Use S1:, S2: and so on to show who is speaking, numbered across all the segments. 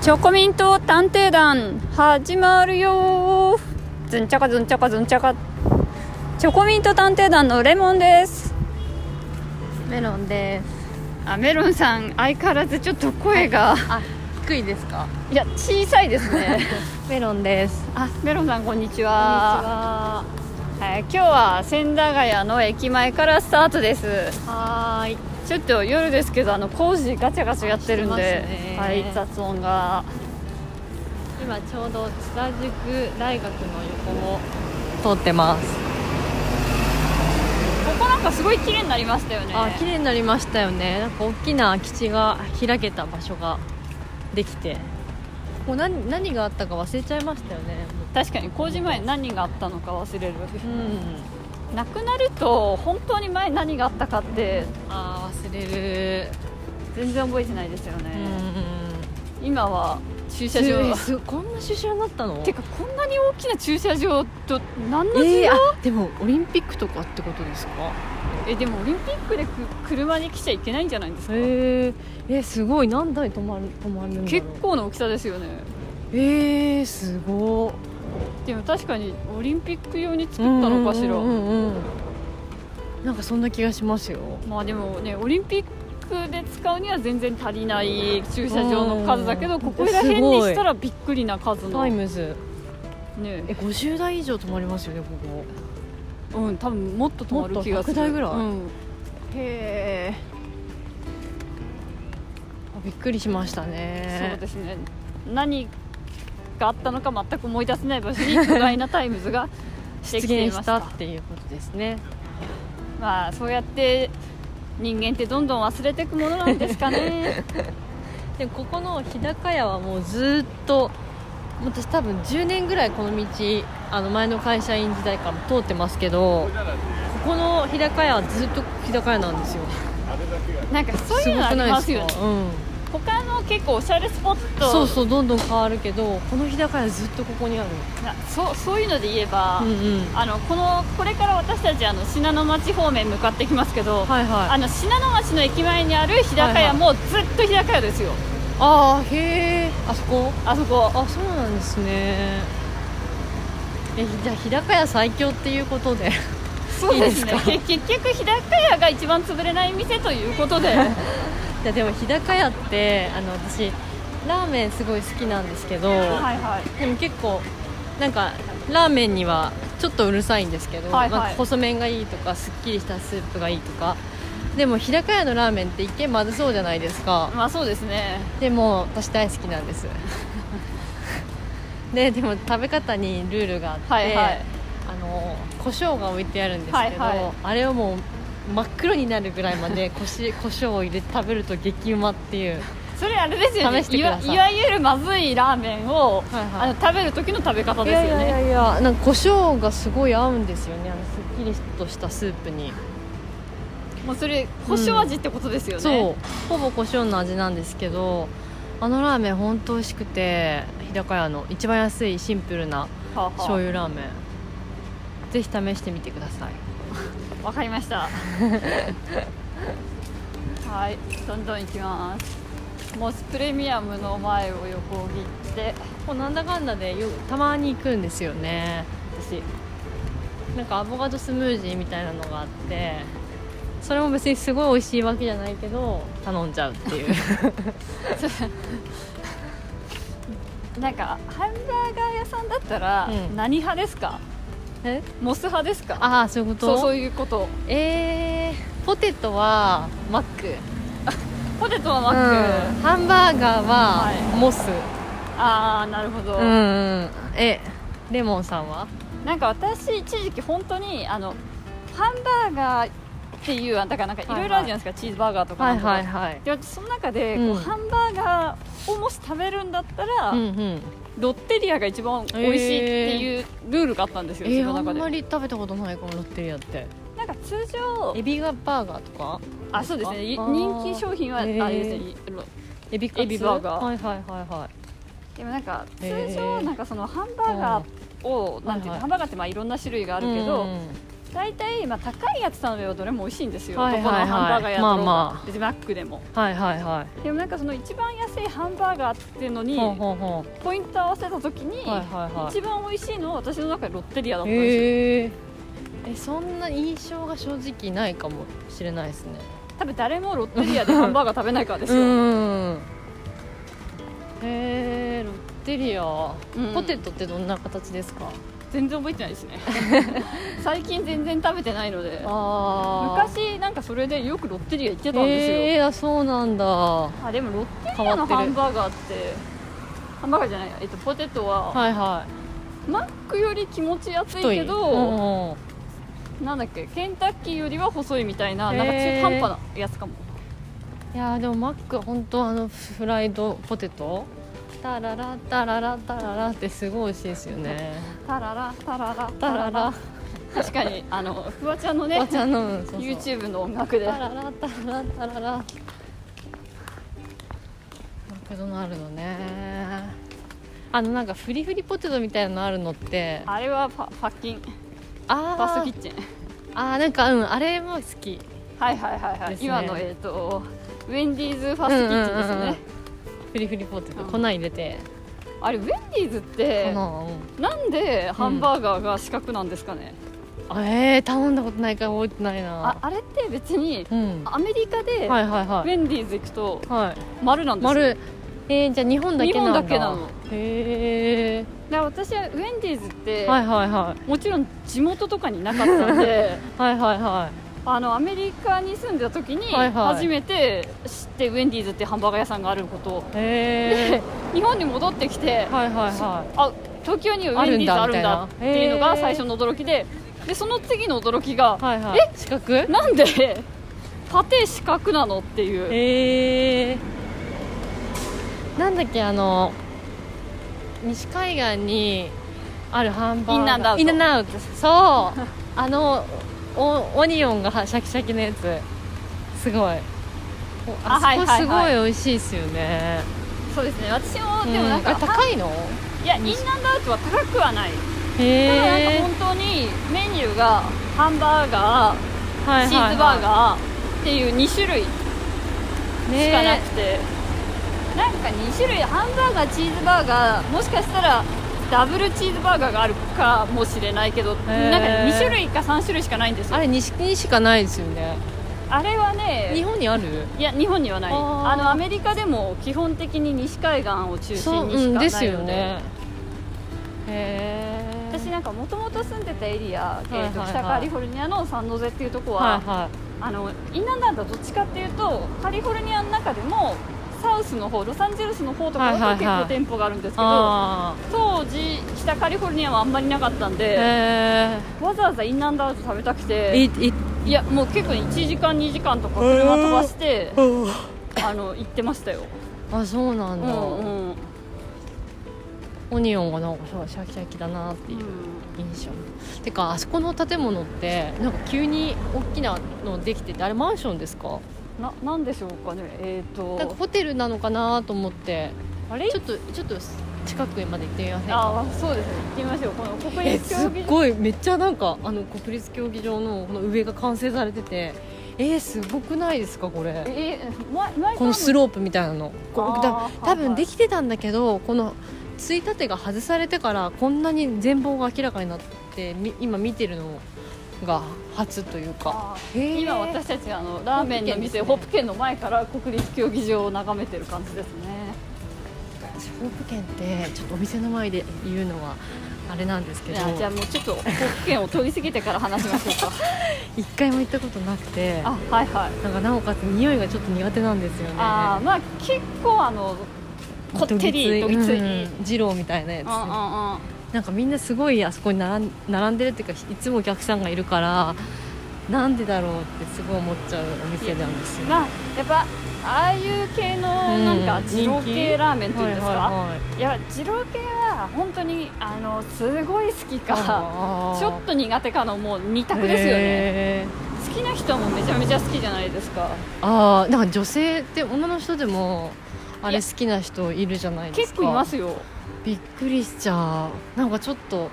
S1: チョコミント探偵団始まるよずんちゃかずんちゃかずんちゃかチョコミント探偵団のレモンです
S2: メロンです。
S1: あメロンさん相変わらずちょっと声が
S2: あ、低いですか。
S1: いや小さいです ね
S2: メロンです。
S1: あメロンさんこんにち
S2: こんにち
S1: は
S2: は。
S1: はい、今日は千駄ヶ谷の駅前からスタートです
S2: はーい。
S1: ちょっと夜ですけどあの工事ガチャガチャやってるんで、
S2: してま
S1: は
S2: すね
S1: い、雑音が
S2: 今ちょうど津田塾大学の横を通ってます。
S1: ここなんかすごい綺麗になりましたよね
S2: あ、綺麗になりましたよね。なんか大きな空き地が開けた場所ができて。もう何何があったか忘れちゃいましたよね。
S1: 確かに工事前何があったのか忘れる
S2: うん。
S1: なくなると本当に前何があったかって
S2: あー、忘れる。
S1: 全然覚えてないですよ
S2: う
S1: ね、
S2: ん。
S1: 今は駐車
S2: す
S1: 場
S2: すこんな主張になったの？
S1: てかこんなに大きな駐車場と何の需要、
S2: え
S1: え
S2: ー、あでもオリンピックとかってことですか
S1: でもオリンピックでく車に来ちゃいけないんじゃないんですか、
S2: へえー、すごい何台泊まる泊まるんだろう
S1: 結構な大きさですよね
S2: えー、すごっ
S1: でも確かにオリンピック用に作ったのかしら、
S2: うんうんうんうんなんかそんな気がしますよ
S1: まあでもねオリンピックで使うには全然足りない駐車場の数だけど
S2: うん
S1: ここら辺にしたらびっくりな数の
S2: タイ
S1: ね
S2: ムズえ50台以上泊まりますよねここ
S1: うん多分もっと止まる気がする
S2: もっと100台ぐらい
S1: うんへ
S2: あびっくりしました
S1: えそう
S2: ね
S1: ですね何があったのか全く思い出せない場所に巨大なタイムズ がしてきて
S2: 出
S1: い
S2: 現
S1: ま
S2: し
S1: したた
S2: っていうことですね
S1: まあそうやって人間ってどんどん忘れていくものなんですか ね
S2: でもここの日高屋はもうずーっともう私多分10年ぐらいこの道あの前の会社員時代からも通ってますけどここの日高屋はずっと日高屋なんですよ
S1: なんかそういうのありますよね
S2: ごくないで
S1: 他の結構おしゃれスポッ
S2: すか
S1: ト
S2: うん、そうそうどんどん変わるけどこの日高屋ずっとここにある
S1: なそうそういうので言えば、
S2: うんうん
S1: あのこのこれから私たちあの信濃町方面向かってきますけど、
S2: はいはい
S1: あの信濃町の駅前にある日高屋もずっと日高屋ですよ、
S2: ああへえあそこ
S1: あそこ
S2: あそうなんですねえじゃあ日高屋最強っていうことで
S1: そ
S2: いいですか
S1: け結局日高屋が一番潰れない店ということで
S2: いやでも日高屋ってあの私ラーメンすごい好きなんですけど、
S1: はいはい
S2: でも結構なんかラーメンにはちょっとうるさいんですけど、
S1: はいはい
S2: なんか細麺がいいとかすっきりしたスープがいいとかでも日高屋のラーメンって一見まずそうじゃないですか
S1: まあそうですね
S2: でも私大好きなんです ででも食べ方にルールがあって、
S1: はいはい
S2: あの胡椒が置いてあるんですけど、
S1: はいはい
S2: あれをもう真っ黒になるぐらい までこし胡椒を入れて食べると激うまっていう
S1: それあれですよね
S2: 試してください
S1: いわいわゆるまずいラーメンを、
S2: はいはい
S1: あの食べる時の食べ方ですよね
S2: いやいやいやなんか胡椒がすごい合うんですよねあのすっきりとしたスープに、
S1: もうそれ胡椒味ってことですよね、
S2: そうほぼ胡椒の味なんですけどあのラーメン本当美味しくて日高屋の一番安いシンプルな
S1: はあはあ
S2: 醤油ラーメンぜひ試してみてください
S1: わかりました はいどんどん行きますモスプレミアムの前を横切って
S2: こうなんだかんだでよたまに行くんですよね私なんかアボカドスムージーみたいなのがあってそれも別にすごい美味しいわけじゃないけど頼んじゃうって いう
S1: なんかハンバーガー屋さんだったら
S2: うん
S1: 何派ですか、
S2: え
S1: モス派ですか
S2: ああそういうこと
S1: そうそういうこと
S2: えー、ポテトはマック
S1: ポテトはマック、
S2: うんハンバーガー
S1: は
S2: はいモス、
S1: ああなるほど、
S2: うんうんえレモンさんは
S1: なんか私一時期本当にあのハンバーガーっていうだからなんかいろいろあるじゃないですか、チーズバーガーとかなんとか
S2: はい
S1: で私その中でこう、
S2: うん
S1: ハンバーガーをもし食べるんだったら、
S2: うんうん
S1: ロッテリアが一番美味しいっていうルールがあったんです
S2: え
S1: よ、自
S2: ー、
S1: 分
S2: あ
S1: の中
S2: ん
S1: で、
S2: まり食べたことないかもロッテリアって
S1: なんか通常
S2: エビがバーガーとか
S1: あそうですね
S2: あー
S1: 人気商品はあ
S2: へー
S1: れですねロ
S2: エビカツ
S1: エビバーガー
S2: はいはいはいはい
S1: でもなんか
S2: へー
S1: 通常なんかそのハンバーガーを、なんていうの
S2: はいはい
S1: ハンバーガーってまあいろんな種類があるけど、
S2: うん
S1: 大体今高いやつ頼めばどれも美味しいんですよ、
S2: はいはいはい
S1: どこのハンバーガーやったろうが、
S2: まあま
S1: 別にマックでも
S2: はいはいはい
S1: でもなんかその一番安いハンバーガーっていうのに
S2: ほうほうほ
S1: ポイント合わせた時に、
S2: うはいはいはい
S1: 一番美味しいのは私の中でロッテリアだったんですよ、
S2: へええそんな印象が正直ないかもしれないですね
S1: 多分誰もロッテリアでハンバーガー食べないからです
S2: う
S1: よ、
S2: んへえロッテリア、
S1: うん
S2: ポテトってどんな形ですか
S1: 全然覚えてないです ね 最近全然食べてないので
S2: あー
S1: 昔なんかそれでよくロッテリア行ってたんですよ、
S2: へえあそうなんだは
S1: あでもロッテリアの
S2: 変わ
S1: ハ
S2: ってる
S1: ンバーガーってハンバーガーじゃない、えっと、ポテト
S2: い
S1: は、
S2: はい
S1: マックより気持ち熱い
S2: 太
S1: け
S2: うん
S1: ど
S2: うん
S1: なんだっけケンタッキーよりは細いみたいななんか
S2: へ
S1: 中
S2: ー
S1: 途半端なやつかも
S2: いやーでもマックは本当あのフライドポテトタララタララタララってすごい美味しいですよね
S1: タララタララ
S2: タララ
S1: 確かにあのフワちゃんのね
S2: お茶飲むそうそう
S1: YouTube の音楽で
S2: タララタラタララマクドナルドねあのなんかフリフリポテトみたいなのあるのってあ
S1: あれはパファッキン
S2: あ
S1: ファースト
S2: ー
S1: キッチン
S2: あーなんかうんあれも好き
S1: はいはいはいはい、
S2: ですね
S1: 今のえっ、とウェンディーズファーストキッチンですね、
S2: うんうんうんうんフリフリポテト、
S1: うん
S2: 粉入れて
S1: あれウェンディーズっ
S2: 粉
S1: て
S2: を、
S1: なんでハンバーガーが四角なんですかね、
S2: うん、えー、頼んだことないから覚えてない
S1: あ
S2: な
S1: あれって別に
S2: うんは
S1: アメリカ
S2: い
S1: で
S2: は
S1: ウ
S2: いは
S1: ェンディーズ行くと
S2: いはい
S1: 丸なんですよ、
S2: 丸えー、じゃあ日本だけな
S1: 日
S2: んだ
S1: 本だけなの
S2: へ
S1: だから私はウェンディーズって、
S2: えはいはいは
S1: もちろん地元とかになかったん で
S2: いはいはいは
S1: あのアメリカに住んでた時に
S2: はいはい
S1: 初めて知ってウェンディーズってハンバーガー屋さんがあることを
S2: いへえ
S1: で日本に戻ってき て、
S2: はいはいはい
S1: あ東京にはウェンディーズあるんだ
S2: ある
S1: っ
S2: んだみたいな
S1: ていうのが
S2: へー
S1: 最初の驚きででその次の驚きが、
S2: はいはい四角
S1: なんでパテ四角なのっていう
S2: へえなんだっけあの西海岸にあるハンバ
S1: イン
S2: ーガー
S1: ナンドアウト
S2: インナンドアウトそう あのおオニオンがシャキシャキのやつすごいお
S1: あ
S2: あそ
S1: はい
S2: こ
S1: はい
S2: す
S1: は
S2: ご
S1: い
S2: い美味しいですよね、
S1: そうですね私もでもなんか、
S2: うあ高いの
S1: いやインナンドアウトは高くはない
S2: へ
S1: ただなん
S2: え
S1: か本当にメニューがハンバーガーチーズバー
S2: ー
S1: ガーっていう2種類し
S2: ね
S1: かなくて、なんか2種類ハンバーガーチーズバーガーもしかしたらダブルチーズバーガーがあるかもしれないけど、
S2: ー
S1: なんか2種類か3種類しかないんですよ
S2: あ
S1: あれ
S2: れ西にしかないですよね
S1: は
S2: 日
S1: ね
S2: 本にある
S1: いや日本にはない
S2: あー
S1: あのアメリカでも基本的に西海岸を中
S2: そ
S1: 心
S2: う
S1: にしか
S2: う
S1: ないの
S2: ん
S1: で,、
S2: ですよねへえ
S1: 私なんかもともと住んでたエリア、えーと
S2: はいはいはい
S1: 北カリフォルニアのサンノゼっていうとこは、
S2: はいはい
S1: あのインナンダーとどっちかっていうとカリフォルニアの中でもサウスの方ロサンゼルスの方とか
S2: はい
S1: だ
S2: はい
S1: と結
S2: はい
S1: 構店舗があるんですけど、
S2: あ
S1: 当時北カリフォルニアはあんまりなかったん
S2: あ
S1: で、
S2: へ
S1: わざわざインナンダーと食べたく
S2: えい
S1: て
S2: い
S1: いやもう結構1時間2時間とか車飛ばして、あの行ってましたよ、
S2: あそうなん
S1: うんう
S2: だ、
S1: ん
S2: オニオンがなんかそうシャキシャキだなっていう印象、てかあそこの建物ってなんか急に大きなのできててあれマンションですか
S1: ななんでしょうかねえっ、
S2: なんか
S1: と
S2: ホテルなのかなと思って
S1: あれ
S2: ちょっとちょっと近くまで行ってみませんか
S1: あそうですね行ってみましょうこの国
S2: え
S1: 立
S2: す
S1: 競
S2: っ
S1: 技場
S2: ごいめっちゃなんかあの国立競技場のこの上が完成されててえー、すごくないですかこれ
S1: えー、前前
S2: このスロープみたいなのこう
S1: あ
S2: だ
S1: ー
S2: 多分できてたんだけどこのついたてが外されてからこんなに全貌が明らかになってみ今見てるのが初というか
S1: あー
S2: へー
S1: 今私たちあのラーメンの店ホ
S2: ホ
S1: ッ
S2: ッ
S1: プ
S2: プ
S1: 県の前から国立競技場を眺めてる感じですね
S2: 私ホープ県ってちょっとお店の前で言うのはあれなんですけ
S1: い
S2: ど
S1: やじゃあもうちょっとホップ県を通り過ぎてから話しまし ょうか
S2: 一回も行ったことなくて
S1: あはいはい
S2: なんかなおかつ匂いがちょっと苦手なんですよね
S1: あーまあ結構あのこってりどぎついうんうんうん
S2: うん二郎みたいなやつね、なんかみんなすごいあそこに並ん並んでるっていうかいつもお客さんがいるからなんでだろうってすごい思っちゃうお店なんですよ
S1: まあやっぱああいう系のなんか
S2: うん
S1: 二郎系ラーメンっていうんですか
S2: はいはいはい
S1: いや二郎系は本当にあのすごい好きか
S2: あー
S1: ちょっと苦手かのもう二択ですよね
S2: へ
S1: 好きな人もめちゃめちゃ好きじゃないですか
S2: ーあーなんか女性って女の人でもあれ好きな人いるじゃないです
S1: 結
S2: か
S1: 構いますよ
S2: びっくりしちゃうなんかちょっと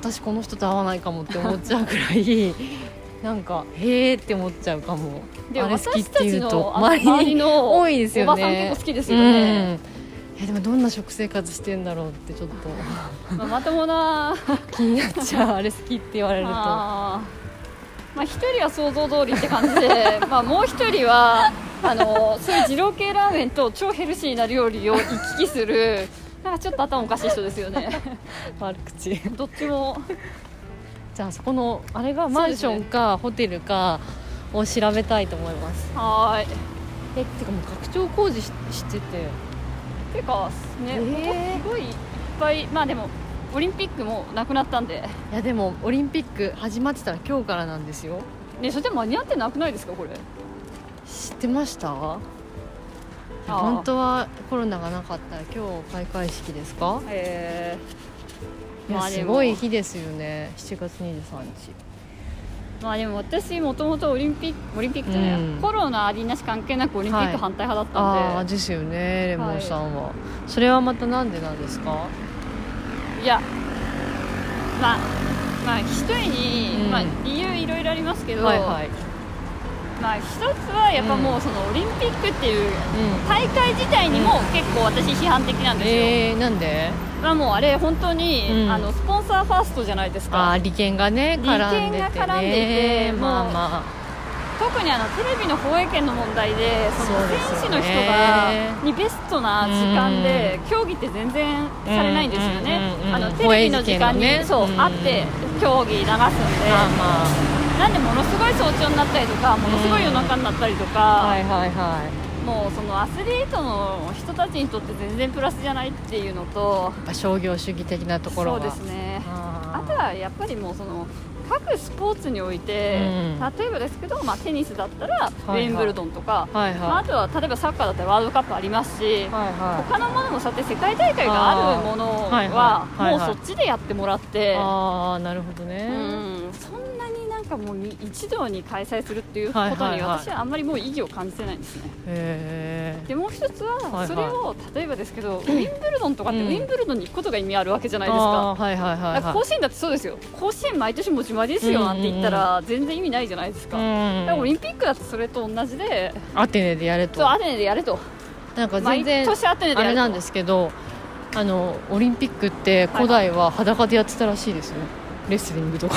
S2: 私この人と会わないかもって思っちゃうくらい なんかへえって思っちゃうかも
S1: で
S2: あれ好き
S1: 私
S2: っ
S1: た
S2: て
S1: ち
S2: いうと
S1: のあの周りの
S2: 多いですよね
S1: おばさん結構好きですよね、
S2: うんいやでもどんな食生活してんだろうってちょっと
S1: まあまともな
S2: 気になっちゃうあれ好きって言われると
S1: あーまあ、1人は想像通りって感じで まあもう1人はあのそういう二郎系ラーメンと超ヘルシーな料理を行き来するなんかちょっと頭おかしい人ですよ ね
S2: 悪口
S1: どっちも
S2: じゃあそこのあれが
S1: そう
S2: マ
S1: で
S2: ン
S1: す
S2: シ
S1: ね
S2: ョンかホテルかを調べたいと思います
S1: はーい
S2: えってかもう拡張工事ししてて
S1: てかね、
S2: えー
S1: すごいいっぱいまあでもオリンピックもなくなったんで
S2: いやでもオリンピック始まってたら今日からなんですよ
S1: ねそれでも間に合ってなくないですかこれ
S2: 知ってましたいや
S1: あー
S2: 本当はコロナがなかったら今日開会式ですか
S1: え
S2: い
S1: ー、
S2: や
S1: まあですも
S2: ごい日ですよね7月23日
S1: まあでも私もともとオリンピックオリンピックじゃないや、
S2: うん
S1: コロナありなし関係なくオリンピック反対派だったんで、
S2: ああですよねレモンさんは、それはまたなんでなんですか
S1: いやまあまあ一人に、
S2: うん
S1: まあ、理由いろいろありますけど、
S2: はいはい、
S1: まあ一つはやっぱもうそのオリンピックっていう大会自体にも結構私批判的なんですよ、
S2: えー、なんで
S1: まあもうあれ本当に、
S2: うん
S1: あのスポンサーファーストじゃないです
S2: あ
S1: か
S2: あ利権がね
S1: 利権が
S2: 絡んでてね
S1: 絡んでてもう
S2: まあまあ
S1: 特にあのテレビの放映権の問題でその
S2: そうです
S1: 選手
S2: よね
S1: の人がにベストな時間で競技って全然されないんですよね
S2: うんうんうんうん
S1: あのテレビの時間に、
S2: 放映権のね
S1: そう
S2: うん
S1: あって競技流すんで
S2: まあま
S1: なんでものすごい早朝になったりとかものすごい夜中になったりとか
S2: あ、はいはいはい
S1: もうそのアスリートの人たちにとって全然プラスじゃないっていうのと
S2: やっぱ商業主義的なところ
S1: そう
S2: は
S1: ですねあ
S2: あ
S1: とはやっぱりもうその各スポーツにおいて、
S2: うん
S1: 例えばですけど、まあ、テニスだったらウ
S2: いはい
S1: ェンブルドンとか、
S2: はいはい
S1: まあ、あとは例えばサッカーだったらワールドカップありますし、
S2: ーはいはい
S1: 他のものもそうやって世界大会があるもの
S2: あーはい
S1: は
S2: はい
S1: も
S2: はい
S1: う
S2: はい
S1: そっちでやってもらって、
S2: ああなるほどね、
S1: うん、そんなになんかもうに一堂に開催するっていうことに
S2: はいはいはい
S1: 私はあんまりもう意義を感じてないんですね。
S2: へえ
S1: でもう一つ
S2: いは
S1: はいそれを例えばですけどウィンブルドンとかってウ
S2: うん
S1: ィンブルドンに行くことが意味あるわけじゃないですか。
S2: あーはいはいはい
S1: だから
S2: は
S1: 甲子園だってそうですよ甲子園毎年持ち回りですよなんて言ったら全然意味ないじゃないですか、だからオ
S2: いうん
S1: リンピックだってそれと同じで
S2: アテネでやれ
S1: そう
S2: と
S1: アテネでやれと
S2: なんか
S1: 毎
S2: 全然
S1: 年アテネで
S2: あ
S1: やれ
S2: れなんですすけどあのオリンピックって古代は裸でやってたらしいですよ、レスリ ングとか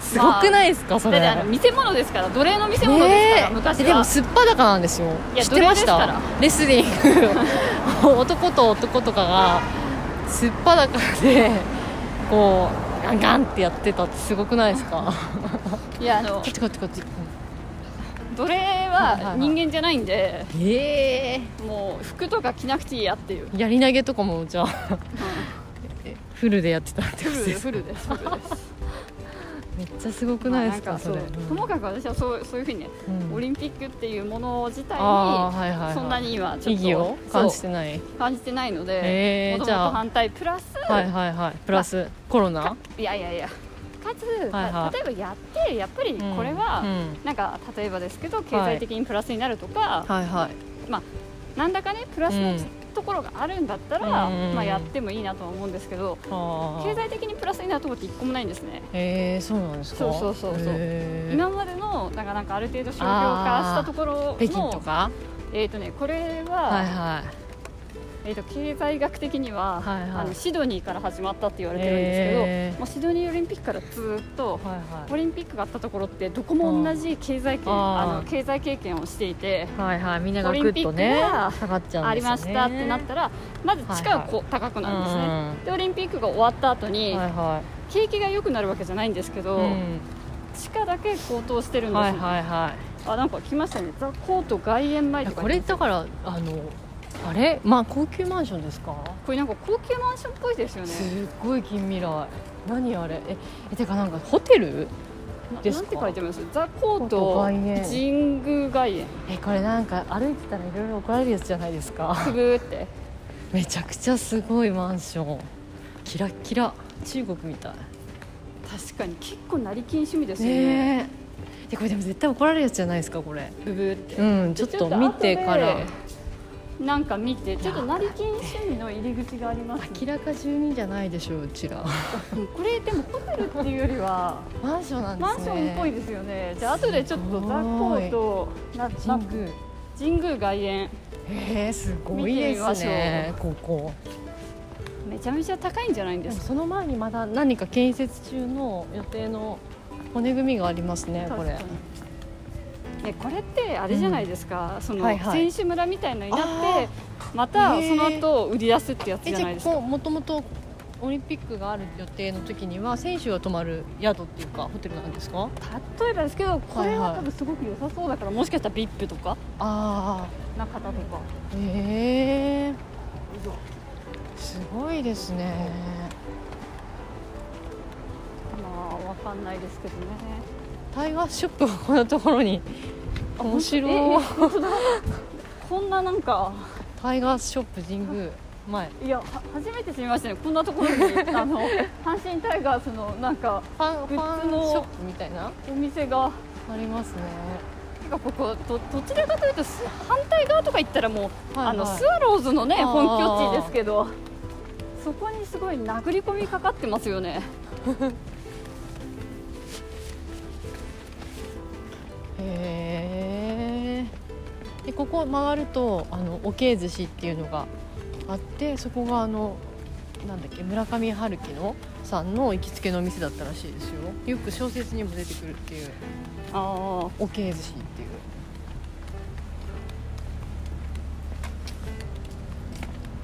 S2: すごくないですか、そ
S1: だっ
S2: れ
S1: てあの見せ物ですから奴隷の見せ物ですから、
S2: ねえ
S1: 昔は
S2: でもすっぱだかなんですよ
S1: いや
S2: 知ってまし
S1: 奴隷
S2: たレスリング 男と男とかがすっぱだかでこうガンガンってやってたってすごくないで すか
S1: いやあの
S2: こっちこっちこっち
S1: 奴隷
S2: はいはい
S1: は
S2: はい
S1: 人間じゃないんで
S2: ええ
S1: もう服とか着なくていいやっていう、
S2: やり投げとかもじゃあえフルでやってたってこ
S1: フ
S2: と
S1: ル
S2: で
S1: ですフルですフ ルです
S2: めっちゃすごくないですか,、
S1: まあ
S2: それ
S1: なんかそうともかく私はそうそういうふうにね、
S2: うん
S1: オリンピックっていうもの自体
S2: あー
S1: に
S2: はいはいはい
S1: そんなに今ちょ
S2: 意
S1: っと
S2: 義を感じてない
S1: そう感じてないの
S2: へ
S1: でも
S2: ー
S1: と
S2: じ
S1: も
S2: ゃ
S1: と
S2: あ
S1: 反対プラス、
S2: はいはいはいプラスコロナ
S1: いやいやいやかつ、
S2: はい
S1: まあ例えばやってやっぱり
S2: うん
S1: これは、
S2: うん
S1: なんか例えばですけど経済的にプラスになるとか、
S2: はいはい
S1: まあ、なんだかねプラスの
S2: うん
S1: ところがあるんだったら、
S2: うん
S1: まあ、やってもいいなとは思うんですけど、
S2: あ
S1: 経済的にプラスになるところって一個もないんですね。
S2: えー、そうなんですか
S1: そうそうそうそう
S2: へー
S1: 今までのなんかなんかある程度商業化したところの
S2: 北京とか
S1: えーとね、これは、
S2: はいはい
S1: えー、と経済学的には、
S2: はいはい
S1: あのシドニーから始まったって言われてるんですけど、
S2: へー
S1: もうシドニーオリンピックからずっと
S2: はい
S1: オリンピックがあったところってどこも同じ経済圏
S2: あ
S1: あ
S2: ー
S1: の経済経験をしていて
S2: はいはいはいみんながグッと
S1: オリンピ
S2: ね
S1: ックが
S2: 下がっちゃうんですよね
S1: ありましたってなったらまず地価がこう高くなるんですね、
S2: うんうん
S1: でオリンピックが終わった後に、
S2: はいは
S1: 景気が良くなるわけじゃないんですけ
S2: い
S1: ど、
S2: うん
S1: 地価だけ高騰してるんですよ、
S2: はいはいはい
S1: あなんか来ましたねザ・コート外苑前
S2: い
S1: と
S2: や
S1: か
S2: これだからあのあれまあ高級マンションですか、
S1: これなんか高級マンションっぽいですよね
S2: すっごい近未来何あれええてかなんかホテル
S1: な
S2: ですか
S1: なんて書いてありますザ・コー
S2: コート
S1: ト
S2: 外苑
S1: 神宮外苑
S2: えこれなんか歩いてたらいろいろ怒られるやつじゃないですか
S1: くぐーって
S2: めちゃくちゃすごいマンションキラッキラ中国みたい
S1: 確かに結構成金趣味ですよね、
S2: ねえでこれでも絶対怒られるやつじゃないですかこれ
S1: くぐーって
S2: うんちょっと見てから
S1: でなんか見てちょっと成金趣味の入り口があります、
S2: 明らか12じゃないでしょううちら
S1: うんこれでもホテルっていうよりは
S2: マンションなんです
S1: マン
S2: ね
S1: ションっぽいですよねじゃあ後でちょっと雑光となな
S2: 神宮
S1: 神宮外苑
S2: へえすごい
S1: 見て
S2: で
S1: みますしょ
S2: ねここ
S1: めちゃめちゃ高いんじゃないん
S2: で
S1: で
S2: も
S1: すか
S2: その前にまだ何か建設中の予定の骨組みがありますねこれ
S1: 確かにねこれってあれじゃないですか、その
S2: はいは
S1: 選
S2: い
S1: 手村みたいのになって、
S2: あ
S1: また
S2: へー
S1: その後売り出すってやつ
S2: え
S1: じゃ
S2: じ
S1: ない
S2: ゃあ
S1: です
S2: こ
S1: か
S2: こもともとオリンピックがある予定の時には選手が泊まる宿っていうかホテルなんですか
S1: 例えばですけどこれ
S2: はいは
S1: はい多分すごく良さそうだからもしかしたら VIP とか
S2: ああ
S1: な方とか
S2: へえすごいですね
S1: まあわかんないですけどね
S2: タイガーショップがこんなところに面白い
S1: え本当だ こんななんか
S2: タイガーショップ神宮前
S1: いやは初めて知りましたねこんなところにあ の阪神タイガースのなんか
S2: ファンフ
S1: グッ
S2: ァ
S1: ズ
S2: ンシ
S1: の
S2: ョップみたいな
S1: お店が
S2: ありますね
S1: てかここどどちらかというとす反対側とか行ったらもう
S2: はい
S1: あの
S2: はい
S1: スワローズのね
S2: あー
S1: 本拠地ですけどそこにすごい殴り込みかかってますよね
S2: へえでここ曲がるとあのおけい寿司っていうのがあってそこがあのなんだっけ村上春樹のさんの行きつけのお店だったらしいですよよく小説にも出てくるっていう
S1: あ
S2: おけい寿司っていう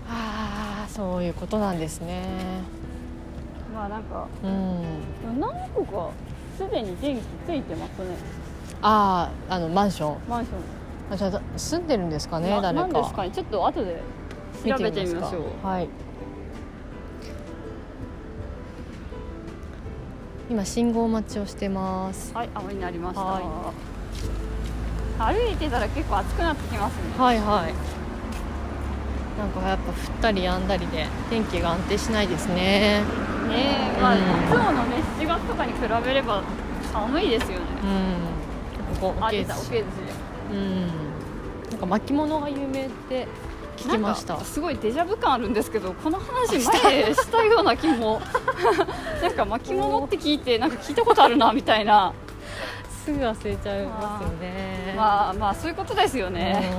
S2: ああそういうことなんですね
S1: あまあなんか
S2: うん
S1: 何個かすでに電気ついてますね
S2: あああのマンション
S1: マンション
S2: あじゃあ住んでるんですかね
S1: な
S2: 誰
S1: なんですかねちょっと後で調べてみましょう
S2: はい今信号待ちをしてます
S1: はい青になりました、
S2: は
S1: 歩いてたら結構暑くなってきますね
S2: はいはいなんかやっぱ降ったりやんだりで天気が安定しないですね
S1: ねえまあ、
S2: うん
S1: 今日のね7月とかに比べれば寒いですよね
S2: うんここ
S1: あ
S2: OK
S1: 出
S2: で
S1: た OK
S2: す
S1: ですね
S2: うんなんか巻物が有名って聞きまし
S1: な
S2: た
S1: んかすごいデジャブ感あるんですけどこの話前したような気 もなんか巻物って聞いてなんか聞いたことあるなみたいな
S2: すぐ忘れちゃいますよね
S1: まあまあそういうことですよね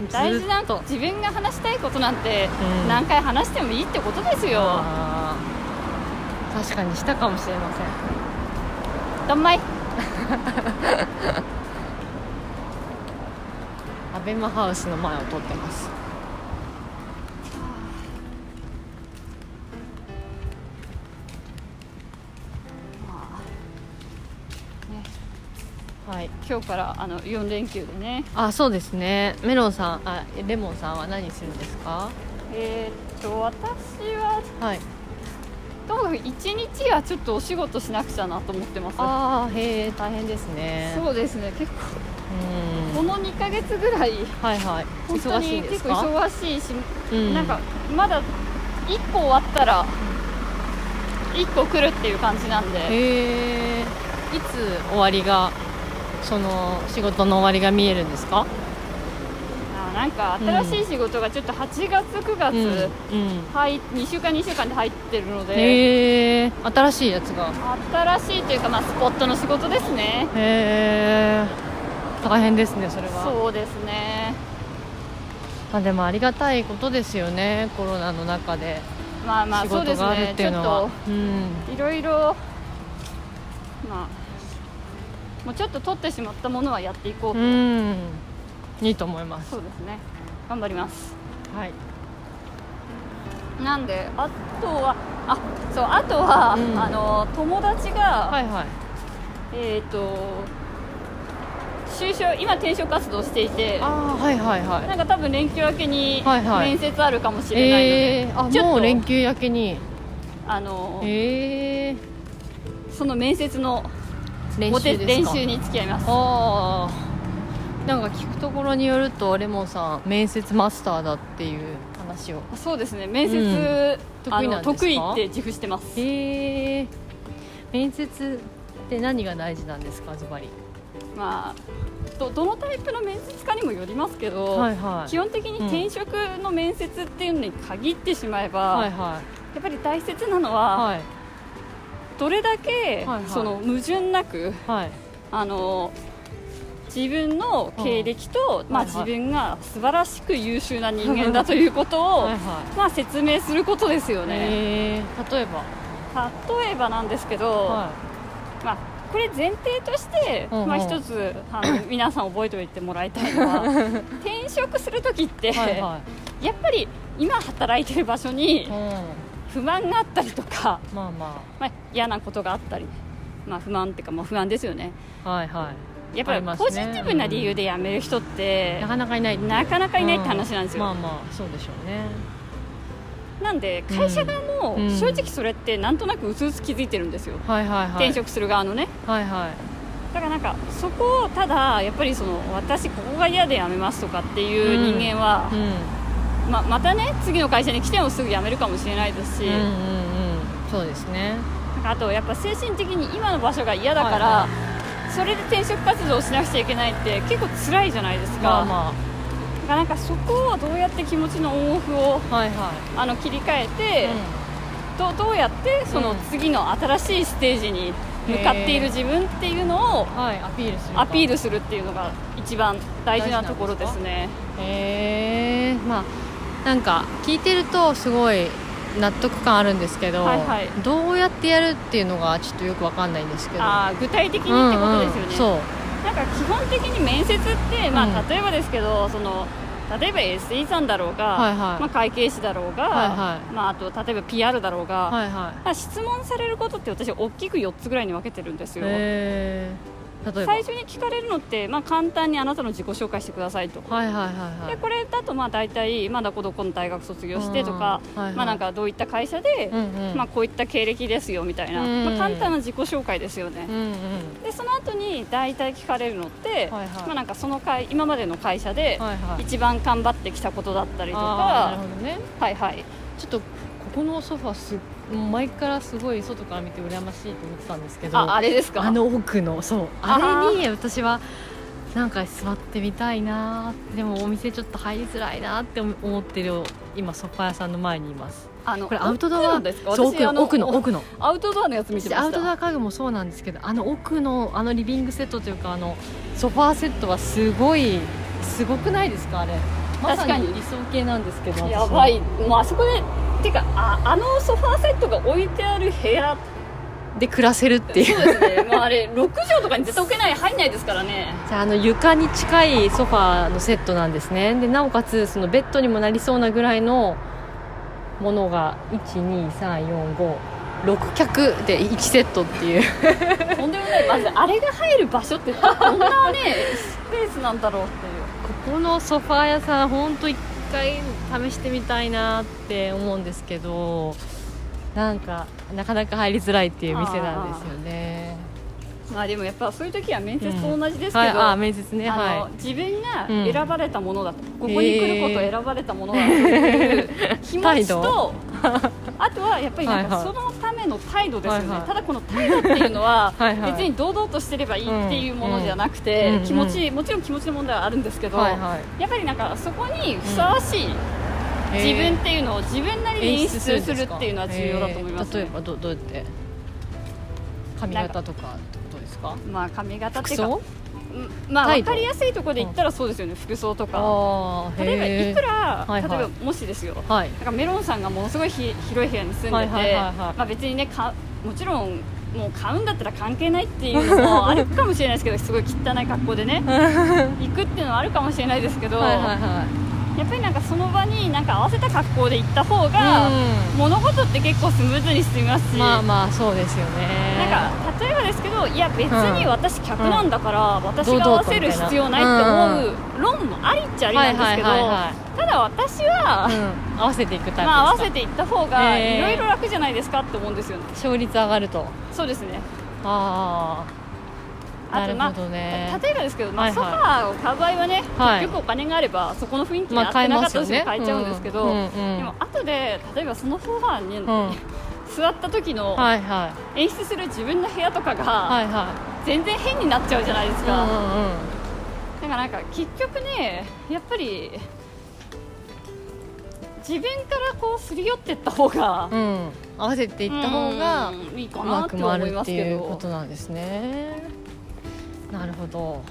S2: うん
S1: 大事な
S2: ずっと
S1: 自分が話したいことなんて
S2: うん
S1: 何回話してもいいってことですよ
S2: あー確かにしたかもしれません
S1: どんまい
S2: アベマハウスの前を通ってます
S1: まあね
S2: はい
S1: 今日からあの4連休でね
S2: あそうですねメロンさんあレモンさんは何するんですか
S1: えーっと私は
S2: はい
S1: ともかく1日はちょっとお仕事しなくちゃなと思ってます
S2: ああへえ大変ですね
S1: そうですね結構
S2: うん
S1: この2ヶ月ぐらい
S2: はいはい
S1: 本当
S2: 忙しい
S1: に
S2: んで
S1: 結
S2: す
S1: 構
S2: か
S1: 忙しいし、
S2: うん
S1: なんかまだ1個終わったら1個来るっていう感じなんで
S2: へえいつ終わりがその仕事の終わりが見えるんですか
S1: あーなんか新しい仕事がちょっと8月9月、
S2: うん、うん、
S1: はい、2週間2週間で入ってるので、
S2: へえ新しいやつが
S1: 新しいというか、まあ、スポットの仕事ですね
S2: へえ大変ですねそれは
S1: そうですね
S2: まあでもありがたいことですよねコロナの中で
S1: まあまあ
S2: 仕
S1: そうで
S2: 事
S1: す
S2: がある
S1: ね
S2: って
S1: ち
S2: い
S1: ょ
S2: う
S1: っ
S2: の
S1: と
S2: はうん
S1: いろいろまあもうちょっと取ってしまったものはやっていこうと、
S2: うんいいと思います
S1: そうですね頑張ります
S2: はい
S1: なんであとはあそうあとは、
S2: うん
S1: あの友達が、
S2: はいはい
S1: えっ、と就職今転職活動していて
S2: ああはいはいは
S1: なんか多分連休明けに
S2: はいはい
S1: 面接あるかもし
S2: い
S1: れないので、
S2: えー、あ
S1: ちょっと
S2: もう連休明けに
S1: あの
S2: ええ
S1: その面接の
S2: 練
S1: お手
S2: 習です
S1: 練
S2: か
S1: 習に付き合います
S2: ああなんか聞くところによるとレモンさん面接マスターだっていう話を
S1: そうですね面接、
S2: うん
S1: あ
S2: 得意
S1: の
S2: なんですか
S1: 得意って自負してます
S2: へえ面接って何が大事なんですかズバリ
S1: まあどどのタイプの面接かにもよりますけど、
S2: はいはい
S1: 基本的に転職の面接っていうのに限ってしまえば、
S2: はい
S1: や
S2: は
S1: っぱり大切なの
S2: い
S1: は、
S2: はい
S1: どれだけ、
S2: はいはい
S1: その矛盾なく
S2: はい
S1: あの自分の経歴と、
S2: うん
S1: まあ、
S2: はいは
S1: 自
S2: い
S1: 分が素晴らしく優秀な人間だということを、
S2: はいは
S1: まあ、説明することですよ
S2: い
S1: ね。
S2: えー例えば
S1: 例えばなんですけど、
S2: は
S1: まあ、これ前提として、
S2: うんうん
S1: まあ、一つあ の皆さん覚えておいてもらいたいのは転職するときって、
S2: いはいは
S1: やっぱり今働いてる場所
S2: い
S1: に
S2: うん
S1: 不満があったりとか、
S2: まあま
S1: まあ、嫌なことがあったり、まあ、不満っていうか、まあ、不安ですよね
S2: あはいは
S1: やっぱ
S2: あ
S1: り
S2: ります
S1: ポ
S2: ね
S1: ジティブな理由で辞める人っ
S2: い
S1: て
S2: なかなかいない
S1: なかなかいないって話なんですよ、
S2: うまあまあそうでしょうね
S1: なんで会社側も
S2: うん
S1: 正直それってなんとなくうつうつ気づいてるんですよ、
S2: はいはいはい
S1: 転職する側のね
S2: はいはい
S1: だからなんかそこをただやっぱりその私ここが嫌で辞めますとかっていう人間は
S2: う、ん
S1: ままたね次の会社に来てもすぐ辞めるかもしれないですし、
S2: うんうんうんそうですね
S1: なんかあとやっぱ精神的に今の場所が嫌だから、
S2: は
S1: それで転職活動をしなくちゃいけないって結構辛いじゃないですか、
S2: まあま
S1: だからなんかそこをどうやって気持ちのオンオフを
S2: あはいは
S1: あの切り替え
S2: い
S1: て、どどうやってその
S2: うん
S1: 次の新しいステージに向かっている自分っていうのを
S2: うんはいアピールする
S1: アピー
S2: ル
S1: ルするっていうのが一番大事なところですね。
S2: へえまあなんか聞いてるとすごい納得感あるんですけど、
S1: はいはい
S2: どうやってやるっていうのがちょっとよくわかんないんですけど
S1: ああ具体的に
S2: うん
S1: ってことですよね、
S2: うんそう
S1: なんか基本的に面接って、まあ、
S2: うん
S1: 例えばですけど、その例えば SE さんだろうが、
S2: はいはい
S1: まあ、会計士だろうが、
S2: はいはい
S1: まあ、あと例えば PR だろうが、
S2: はいはい
S1: まあ質問されることって私大きく4つぐらいに分けてるんですよ、
S2: へえ例えば
S1: 最初に聞かれるのって、まあ、簡単にあなたの自己紹介してくださいと、
S2: はいはいはいは
S1: で
S2: い
S1: これだとまあ大体、まあ、どこどこの大学卒業してとか、
S2: うんはいはい
S1: まあ、なんかどういった会社で、
S2: うんうん
S1: まあ、こういった経歴ですよみたいな、
S2: うん
S1: まあ、簡単な自己紹介ですよね、
S2: うんうん
S1: でその後に大体聞かれるのって、
S2: はいはい
S1: まあ、なんかその会今までの会社で
S2: はいはい
S1: 一番頑張ってきたことだったりとか
S2: あーなる、ほどね
S1: はいはい、
S2: ちょっとここのソファすもう前からすごい外から見て羨ましいと思ってたんですけど
S1: ああれですか
S2: あの奥のそう
S1: あ
S2: あ
S1: ー
S2: れに私はなんか座ってみたいなーでもお店ちょっと入りづらいなーって思ってる今ソファ屋さんの前にいます
S1: あの
S2: これアウト
S1: 奥
S2: ド
S1: な
S2: ア
S1: んですか
S2: そう
S1: 私
S2: 奥
S1: あの
S2: の奥の奥の
S1: アウトドアのやつ見てました
S2: アウトドア家具もそうなんですけどあの奥のあのリビングセットというかあのソファーセットはすごいすごくないですかあれま
S1: 確か
S2: さ
S1: に
S2: に理想系なんですけど
S1: やば
S2: 私
S1: いもうあそこでてかああのソファーセットが置いてある部屋
S2: ので暮らせるっていう
S1: そうですねもうあ れ6畳とかに絶対置けない入んないですからね
S2: じゃああの床に近いソファーのセットなんですねでなおかつそのベッドにもなりそうなぐらいのものが12345脚で1セットっていう
S1: とんでもないまずあれが入る場所ってどんな ねスペースなんだろうっていう
S2: ここのソファー屋さん本当一回試してみたいなって思うんですけどなんかなかなか入りづらいっていう店なんですよね
S1: まあでもやっぱそういう時は面接と
S2: うん
S1: 同じですけど、
S2: はいあ面接ね
S1: あの
S2: は
S1: 自分が
S2: うん
S1: 選ばれたものだと、ここに来ることを選ばれたものだという気持ち
S2: 態
S1: と
S2: 度
S1: あとはやっぱりなんか
S2: はい
S1: そ
S2: はい
S1: のための態度ですよね、
S2: はいはい
S1: ただこの態度っていうのは
S2: はいはい
S1: 別に堂々としてればいいっていうものじゃなくて、
S2: うんうん
S1: 気持ちもちろん気持ちの問題はあるんですけ
S2: い
S1: ど、
S2: はいはい
S1: やっぱりなんかそこにふさわしい自分っていうのを自分なりに演出するっていうのは重要だと思います、ね
S2: えー例えばどどうやって髪型とかってことですか
S1: まあ髪型って
S2: 服
S1: いうか
S2: 装
S1: うんまあ
S2: 態
S1: 分
S2: 度
S1: かりやすいところで言ったらそうですよね、服装とか
S2: あー
S1: 例えばいくら、
S2: はいはい
S1: 例えばもしですよだ
S2: はい
S1: からメロンさんがものすごいひ広い部屋に住んでて、
S2: はいはいはいはい
S1: まあ、別にねかもちろんもう買うんだったら関係ないっていうのもあるかもしれないですけ どすごい汚い格好でね行くっていうのはあるかもしれないですけど、
S2: はいはいはい
S1: やっぱりなんかその場になんか合わせた格好で行った方が、
S2: う
S1: 物事って結構スムーズに進みますし、
S2: んまあまあそうですよね
S1: なんか例えばですけどいや別に私客なんだから、私
S2: 堂
S1: が
S2: 々
S1: 合
S2: と
S1: わせる必要ないって思う論もありっちゃありなんですけど、
S2: はいはいは
S1: ただ私は、
S2: いはい、うん、合わせていくタイプですか、
S1: まあ、合わせていった方が
S2: へー
S1: いろいろ楽じゃないですかって思うんですよね
S2: 勝率上がると
S1: そうですね
S2: ああ
S1: あ
S2: な
S1: と
S2: る
S1: まあ
S2: ほどね、
S1: た例えばですけど、まあ
S2: はいは
S1: ソ
S2: い
S1: ファーを買う場合はね、
S2: はい
S1: 結局お金があればそこの雰囲気に合
S2: ま
S1: っ
S2: あ買
S1: て
S2: え
S1: なか
S2: ま
S1: っ
S2: す
S1: た
S2: よ
S1: として
S2: ね
S1: も買えちゃうんですけど、
S2: うんうんうん
S1: でも後で例えばそのソファーに、
S2: うん、
S1: 座った時の
S2: はいはい
S1: 演出する自分の部屋とかが、
S2: はいは
S1: 全然変になっちゃうじゃないです
S2: うん
S1: か、だからなんか結局ねやっぱり自分からこうすり寄ってった方が
S2: うんうん、うん、合わせていった方が
S1: うん
S2: う
S1: いいかな
S2: ま
S1: って
S2: く回
S1: 思
S2: る
S1: いま
S2: っ
S1: す
S2: てい
S1: け
S2: うこ
S1: ど
S2: となんですねなるほど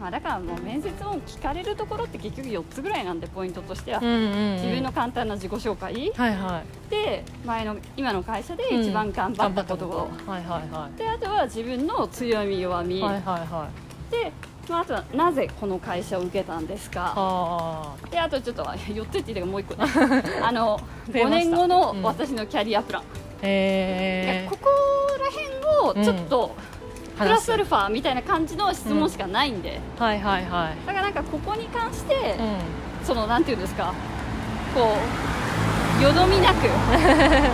S1: まあ、だからもう面接も聞かれるところって結局4つぐらいなんでポイントとしては、
S2: うんうんうん
S1: 自分の簡単な自己紹介
S2: はいはい
S1: で前の今の会社で一番頑張ったことを、
S2: はいはいは
S1: であとは自分の強み弱み、
S2: いはいはいはい
S1: で、まあ、あとはなぜこの会社を受けたんですか
S2: あ
S1: であとちょっと4つって言ってたけどもう一 個ねあの
S2: 増
S1: 5
S2: えました
S1: 年後
S2: う
S1: の
S2: ん
S1: 私のキャリアプラン、
S2: ーえ
S1: ここら辺をちょっと
S2: ー、
S1: プラスアル
S2: フ
S1: ファみたいな感じの質問しかないんで、
S2: はいはいはい
S1: だからなんかここに関して、
S2: う
S1: そのなんていうんですかこうよどみな く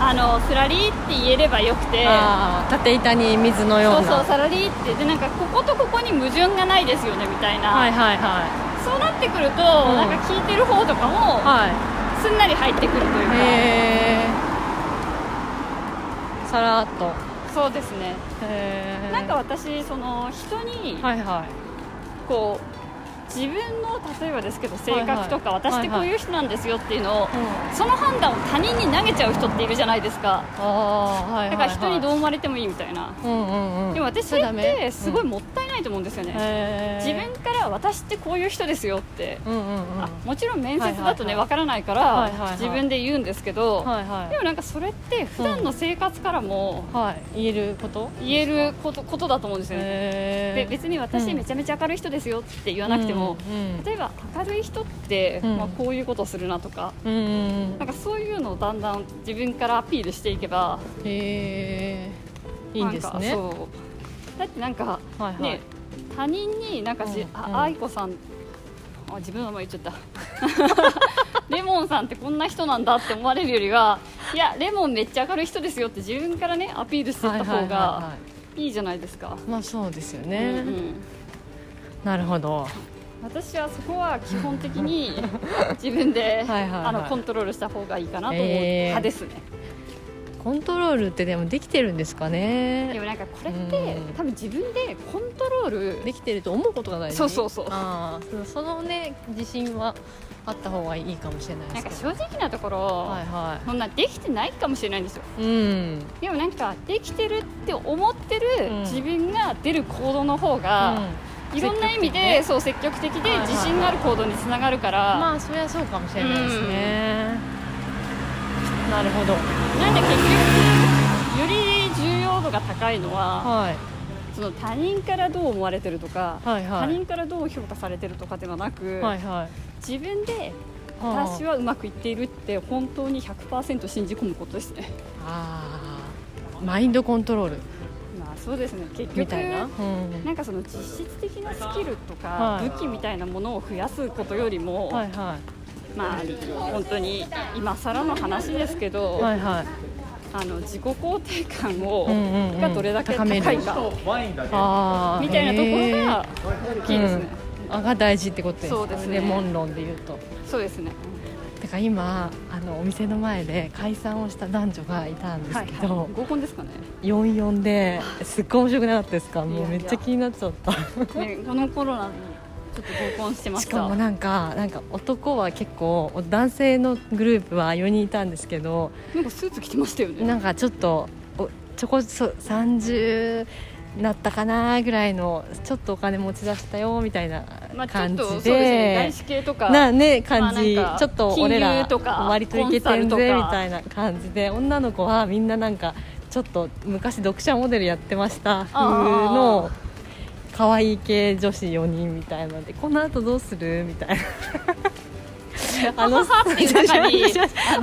S1: あのスラリーって言えればよくて
S2: ん、ああ縦板に水のよ
S1: そううそ
S2: な
S1: うサラリーってでなんかこことここに矛盾がないですよねみたいな、
S2: はいはいは
S1: そうなってくると、
S2: ん
S1: なんか聞いてる方とか
S2: い
S1: も
S2: は
S1: すんなり入ってくるという
S2: い
S1: か、
S2: へえさらっと
S1: そうですね
S2: へえ
S1: なんか私その人に
S2: はいは
S1: こう自分の例えばですけど性格とか、
S2: はいはい
S1: 私ってこういう人なんですよっていうのを、
S2: い、うん、
S1: その判断を他人に投げちゃう人っているじゃないですか
S2: ああはい
S1: だ
S2: は
S1: か
S2: い、はい、
S1: ら人にどう思われてもいいみたいな、
S2: うんうんうん
S1: でも私そ
S2: それ
S1: れ
S2: ダ
S1: っ
S2: メ
S1: てすごい
S2: うん
S1: もったいないと思うんですよね、
S2: へ
S1: 自
S2: ー
S1: 分から私ってこういう人ですよって、
S2: うんうんうん
S1: あもちろん面接だと
S2: はいはいは
S1: ね
S2: い
S1: わからないか
S2: はいはいは
S1: ら
S2: い
S1: 自分で言うんですけど、
S2: はいは
S1: でもなんかそれって普段の生活からも
S2: いはい言えること
S1: 言えることことだと思うんですよね、
S2: へ
S1: で別に私めちゃめちゃ明るい人ですよって言わなくても、
S2: うんうん
S1: 例えば明るい人って、
S2: うん
S1: まあ、こういうことするなとか
S2: うんうん
S1: なんかそういうのをだんだん自分からアピールしていけば
S2: へえいいんです
S1: なんか
S2: ね
S1: そうだってなんか
S2: はいはい、
S1: ね、他人になんかじ、
S2: うんうん
S1: あ愛子さんあ自分の名前言っちゃった レモンさんってこんな人なんだって思われるよりはいやレモンめっちゃ明るい人ですよって自分からねアピールしていった方がいいじゃないですか、
S2: まあそうですよ
S1: うん
S2: ね、
S1: うん
S2: なるほど
S1: 私はそこは基本的 に自分で
S2: はいはいはい
S1: あのコントロールした方がいいかなと思う
S2: えー
S1: 派ですね、
S2: コントロールってでもできてるんですか
S1: で
S2: ね
S1: もなんかこれって
S2: うん
S1: 多分自分でコントロール
S2: できてると思うことが大事
S1: そうそうそう
S2: あーそうそのね自信はあった方がいいかもしれないで
S1: なん
S2: すけ
S1: か
S2: ど
S1: 正直なところ、
S2: はいは
S1: そんなできてないかもしれないんですよ
S2: いうん
S1: でもなんかできてるって思ってる
S2: うん
S1: 自分が出る行動の方が、
S2: うん
S1: いろんな意味で、
S2: 積極的ね
S1: そう積極的で
S2: はいはい
S1: 自信がある行動につながるから、
S2: まあそりゃそうかもしれないですね、なるほど
S1: なんで結局より重要度が高いのは
S2: はい
S1: その他人からどう思われてるとか、
S2: はいは
S1: 他
S2: い
S1: 人からどう評価されてるとかではなく、
S2: はいはい
S1: 自分で私はうまくいっているって本当に100%信じ込むこと ですね。
S2: あーマインドコントロール
S1: まあそうですね結
S2: み
S1: 局
S2: たいな、
S1: なんかその実質的なスキルとか
S2: はい
S1: 武器みたいなものを増やすことよりも、
S2: はいは
S1: まあ本当に今更の話ですけど、
S2: いはいはい
S1: あの自己肯定感を、
S2: うんうんうん
S1: がどれだけ高い
S2: 高める
S1: か
S2: あー
S1: みたいなところが大きいですね
S2: へ、えーあが大事ってことですか
S1: そうですね
S2: レモン論で言うと
S1: そうですね
S2: てか今あのお店の前で解散をした男女がいたんで
S1: は
S2: す
S1: い、
S2: けど、
S1: はい、合コンです かね
S2: 44ですっごい面白くなかったですか
S1: いやい
S2: もう
S1: や
S2: めっちゃ気になっちゃった
S1: ねこのコロナにちょっと合コンしてまし
S2: したかもなんかなんか男は結構男性のグループは4人いたんですけど
S1: なんかスーツ着てましたよね
S2: なんかちょっとおちょこそ30なったかなぐらいのちょっとお金持ち出したよみたいな
S1: まあちょっ
S2: 感じ
S1: とそうですね
S2: で
S1: 外、資系とか
S2: なね感じ、
S1: まあなんか
S2: ちょっと俺
S1: 金
S2: ら
S1: 融とか
S2: 割といけてん
S1: コンサル
S2: ぜ
S1: とか
S2: みたいな感じで女の子はみんななんかちょっと昔読者モデルやってました風の可愛い系女子4人みたいなのでこの後どうするみたいな あの
S1: っていう中に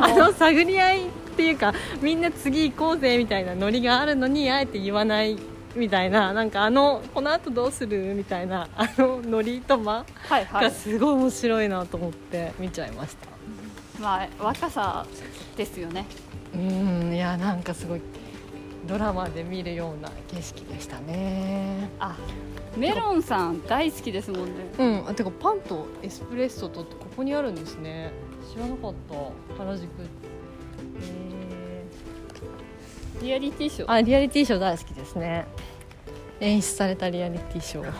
S2: あの探り合いっていうかみんな次行こうぜみたいなノリがあるのにあえて言わないみたいななんかあのこの後どうするみたいなあのノリとま
S1: はいは
S2: が
S1: い
S2: すごい面白いなと思って見ちゃいました、
S1: まあ若さですよね
S2: うんいやなんかすごいドラマで見るような景色でしたね
S1: あメロンさん大好きですもんね
S2: うんあてかパンとエスプレッソとってここにあるんですね知らなかった原宿え
S1: リアリティショー
S2: あリアリティショー大好きですね演出されたリアリティショー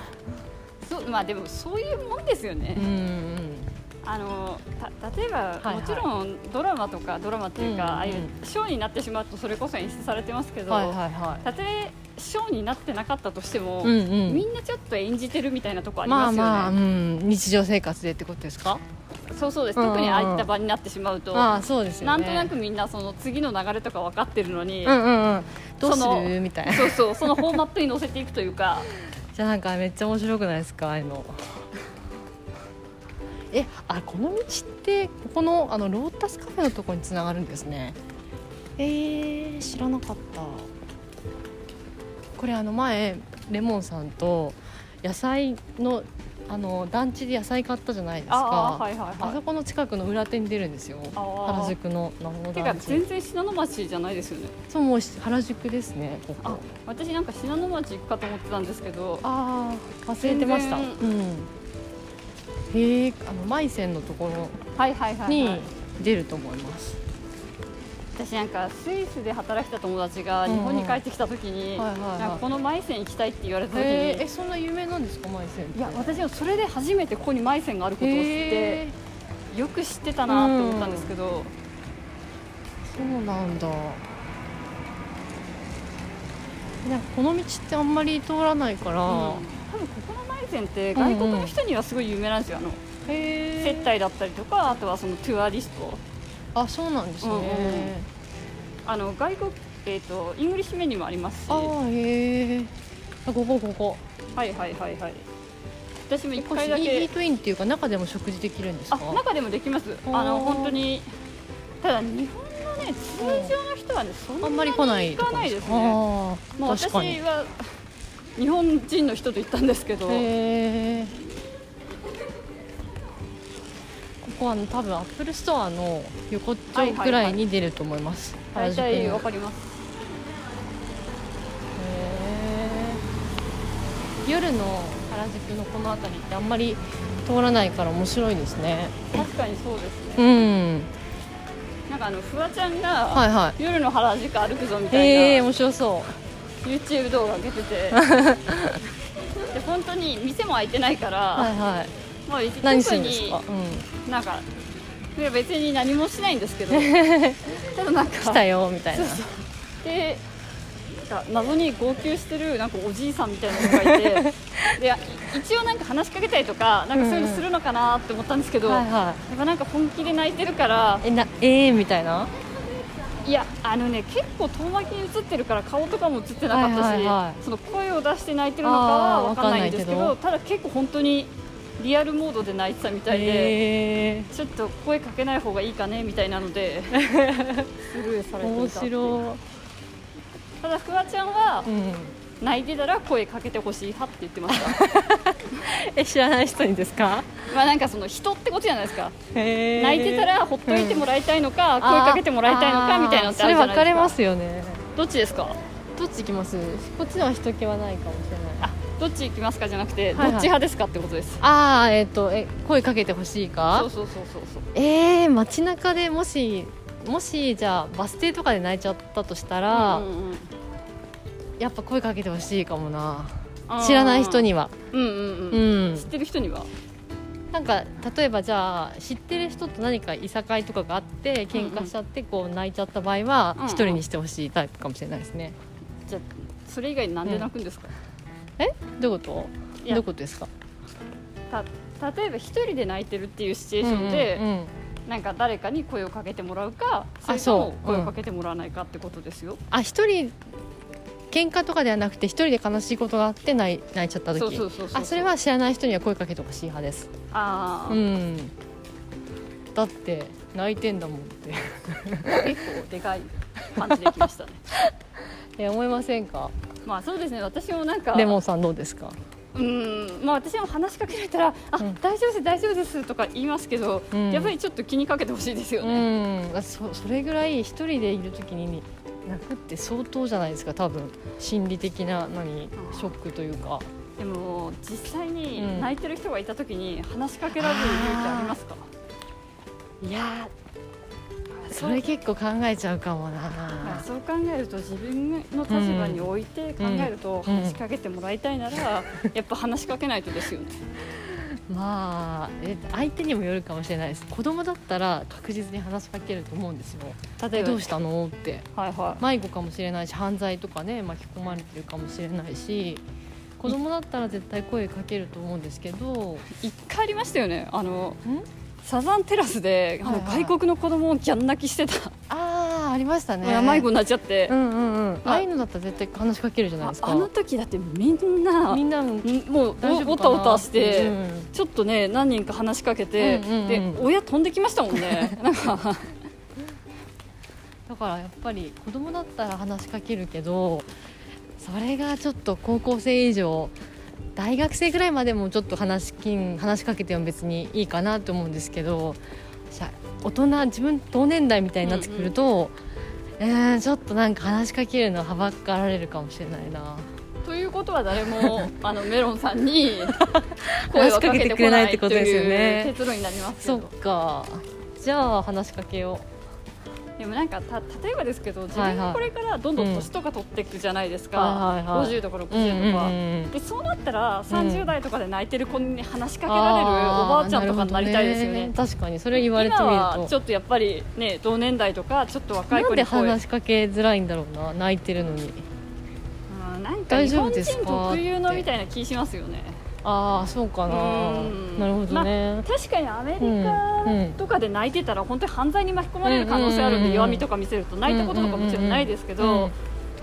S1: そうまあでもそういうもんですよね、
S2: うんうん
S1: あのた例えば、
S2: いはい
S1: もちろんドラマとかドラマっていうか、
S2: うんうん
S1: ああいうショーになってしまうとそれこそ演出されてますけど、
S2: はいはいは
S1: たとえショーになってなかったとしても、
S2: いうんうん
S1: みんなちょっと演じてるみたいなとこあり
S2: ま
S1: ま
S2: あ
S1: すよね、
S2: まあ、うん、日常生活でってことですか
S1: そうそうです、
S2: うんうん
S1: 特にああいった場になってしまうと、
S2: まあそうですよ
S1: な
S2: ね
S1: んとなくみんなその次の流れとか分かってるのに、
S2: うんうんうんどうす
S1: その
S2: るみたいな
S1: そうそうそのフォーマットに乗せていくという か
S2: じゃあなんかめっちゃ面白くないですかああいうの えあこの道ってここのあのロータスカフェのところにつながるんですねえー、知らなかったこれあの前レモンさんと野菜のあの団地で野菜買ったじゃないですか
S1: ああはいはい
S2: あ
S1: は
S2: そ
S1: い
S2: この近くの裏手に出るんですよ
S1: あー
S2: 原宿の何の
S1: てか
S2: 団
S1: 全
S2: 地
S1: 然信濃町じゃないですよね
S2: そうもう原宿ですねこ
S1: あ
S2: こ
S1: 私なんか信濃町行くかと思ってたんですけど
S2: ああ忘れてましたう
S1: 全
S2: んへえあのマイセンのところ
S1: はいはいはい、は
S2: に
S1: い、
S2: 出ると思います、
S1: 私なんかスイスで働いてた友達が
S2: うんう
S1: 日
S2: ん
S1: 本に帰ってきた時に、
S2: はいはいはい
S1: なんかこのマイセン行きたいって言われた時に、
S2: へーえそんな有名なんですかマイセン
S1: いや私はそれで初めてここにマイセンがあることを知って
S2: へー
S1: よく知ってたなと思ったんですけど、
S2: そうなんだなんかこの道ってあんまり通らないから、
S1: うん多分ここのマイセンって外国の人にはすごい有名なんですよ、あの
S2: へえ
S1: 接待だったりとかあとはそのトゥアリスト
S2: あそうなんですね、
S1: うんうんあの外国えっ、とイングリッシュメニューもありますしは
S2: ああへえここここ
S1: いはいはいはい私も一
S2: これ
S1: 回だ
S2: イ
S1: け
S2: ートインっていうか中でも食事できるんですか
S1: あ中でもできます
S2: おー
S1: あの本当にただ日本のね通常の人はねそんな
S2: あん
S1: に
S2: まり来ない
S1: 行かないですね
S2: ああ、
S1: まあ私
S2: 確かに。へ
S1: は日本人の人と行ったんですけど
S2: え。ここはあの多分アップルストアの横っちょぐらいに出ると思います。
S1: 大
S2: 原宿
S1: 体
S2: の
S1: わかります
S2: へえ夜の原宿のこの辺りってあんまり通らないから面白いですね。
S1: 確かにそうです
S2: う
S1: ね
S2: ん。
S1: なんかあのフワちゃん
S2: は
S1: が
S2: いは
S1: 夜の原宿歩くぞみ
S2: い。
S1: たい
S2: へえ
S1: な
S2: 面白そう。
S1: YouTube 動画上げて てで本当に店も開いてないから、
S2: はい はい。
S1: まあ、別
S2: 何
S1: に
S2: す
S1: 特
S2: るんです
S1: に
S2: か。うん。
S1: なんかいや別に何もしないんですけ どただなんか
S2: 来たよみたいな。
S1: でなんか謎に号泣してるなんかおじいさんみたいなのがい てで一応なんか話しかけたりとかなんかそういうのするのかなって思ったんですけど、
S2: はいは
S1: やっぱなんか本気で泣いてるから
S2: い。えなええみたいな。
S1: いやあのね結構遠巻きに映ってるから顔とかも映ってなかったし、
S2: はいはいはい
S1: その声を出して泣いてるのか
S2: あー
S1: は分かんないんですけど
S2: わ
S1: ただ結構本当にリアルモードで泣いてたみたいで。
S2: へえ。
S1: ちょっと声かけない方がいいかねみたいなの でスルーされていた
S2: 面白
S1: ただフワちゃんは
S2: い、うん、
S1: 泣いてたら声かけてほしい派って言ってました
S2: え知らない人にですか
S1: まあなんかその人ってことじゃないですか
S2: 泣
S1: 泣いてたらほっといてもらいたいのか、声かけてもらいたいのかみたいなのって
S2: そ
S1: あ
S2: れ
S1: るじゃ
S2: 分
S1: ないですか
S2: かれますよね
S1: どっちですか
S2: どっち行きますこっちのは人気はないかもしれない
S1: あどっち行きますかじゃなくて、
S2: はいはい
S1: どっち派ですかってことです
S2: ああえっ、とえ声かけてほしい
S1: そ
S2: か
S1: うそうそうそうそう
S2: えー、街中でもしもしじゃあバス停とかで泣いちゃったとしたら、
S1: うんうんうん
S2: やっぱ声かけてほしいかもな
S1: あー
S2: 知らない人には
S1: うんうんう
S2: う
S1: ん、
S2: ん
S1: 知ってる人には
S2: なんか例えばじゃあ知ってる人と何かいさかいとかがあって喧嘩しちゃってこう泣いちゃった場合は
S1: うんうん
S2: 一人にしてほしいタイプかもしれないですね、
S1: じゃあそれ以外になんで泣くんですか、
S2: どういうこ
S1: い
S2: とど
S1: や
S2: ういうことですか
S1: た例えば一人で泣いてるっていうシチュエーションで、
S2: うんうんうん
S1: なんか誰かに声をかけてもらうかそれと
S2: そ
S1: も
S2: う
S1: 声をかけてもらわないかってことですよ、
S2: あ一人喧嘩とかではなくて一人で悲しいことがあって泣い泣いちゃった時
S1: そうそうそうそう
S2: あそれは知らない人には声かけてほしい派です
S1: ああ、
S2: うんだって泣いてんだもんって
S1: 結構でかい感じできましたね
S2: え思いませんか
S1: まあそうですね私もなんか
S2: レモンさんどうですか
S1: うんまあ私も話しかけられたら「あ、
S2: うん
S1: 大丈夫です大丈夫です」とか言いますけど、
S2: うん
S1: やっぱりちょっと気にかけてほしいですよ
S2: う
S1: ね、
S2: んあそそれぐらい一人でいる時に泣くって相当じゃないですか多分心理的な何ショックというか
S1: でも実際
S2: うん
S1: に泣いてる人がいた時に話しかけられる勇気ありますか、
S2: いやーそれ結構考えちゃうかもな
S1: そう考えると自分の立場に置いて考えると
S2: うん
S1: 話しかけてもらいたいな らやっぱ話しかけないとですよね
S2: まあえ相手にもよるかもしれないです子供だったら確実に話しかけると思うんですよ
S1: 例えば
S2: どうしたのって
S1: はいはい
S2: 迷子かもしれないし犯罪とかね巻き込まれてるかもしれないし子供だったら絶対声かけると思うんですけど
S1: 一回ありましたよねあのサザンテラスであの
S2: はいはい
S1: 外国の子供をギャン泣きしてた、
S2: ああありましたね
S1: 迷子になっちゃって、
S2: うんうんうん
S1: あ
S2: ああいうのだったら絶対話しかけるじゃない
S1: あ
S2: ですか
S1: あの時だってみんな
S2: みんなも
S1: んもう
S2: 大丈夫
S1: お
S2: か
S1: た
S2: な
S1: おたして、
S2: うん
S1: ちょっとね何人か話しかけて、
S2: うんうんうん
S1: で親飛んできましたもんねなんか
S2: だからやっぱり子供だったら話しかけるけどそれがちょっと高校生以上大学生ぐらいまでもちょっと話し金話しかけても別にいいかなと思うんですけどしゃ大人自分同年代みたいになってくると、えーちょっとなんか話しかけるのはばかられるかもしれないな
S1: ということは誰 もあのメロンさんに声
S2: 話
S1: をか
S2: しか
S1: け
S2: け
S1: て
S2: て
S1: こ
S2: く
S1: ない
S2: れないってことですよね
S1: という結論になりますけ
S2: そっ
S1: ど
S2: かじゃあ話しかけよ
S1: でもなんかた例えばですけど自
S2: は
S1: 分
S2: いは
S1: が
S2: い
S1: これからどんどん年とか取っていくじゃないですか、
S2: はいはいはい
S1: 50とか60と
S2: う
S1: か、でそうなったら30代とかで泣いてる子に話しかけられるおばあちゃんとかになりたいですよね
S2: あーなるほど確かにそれ言われてみ
S1: 今
S2: る
S1: は
S2: と
S1: ちょっとやっぱりね同年代とかちょっと若い
S2: な
S1: 子
S2: んで
S1: に声
S2: 話しかけづらいんだろうな泣いてるのに
S1: うんなんか
S2: 大
S1: 日
S2: 丈
S1: 本
S2: 夫ですか
S1: 人特有のみたいな気しますよね
S2: ああそうかな
S1: うん
S2: なるほどね、
S1: 確かにアメリカとかで泣いてたら本当に犯罪に巻き込まれる可能性あるん
S2: うんうんうんう
S1: で
S2: ん
S1: 弱みとか見せると泣いたこととかもちろんないですけ
S2: う
S1: ど
S2: ん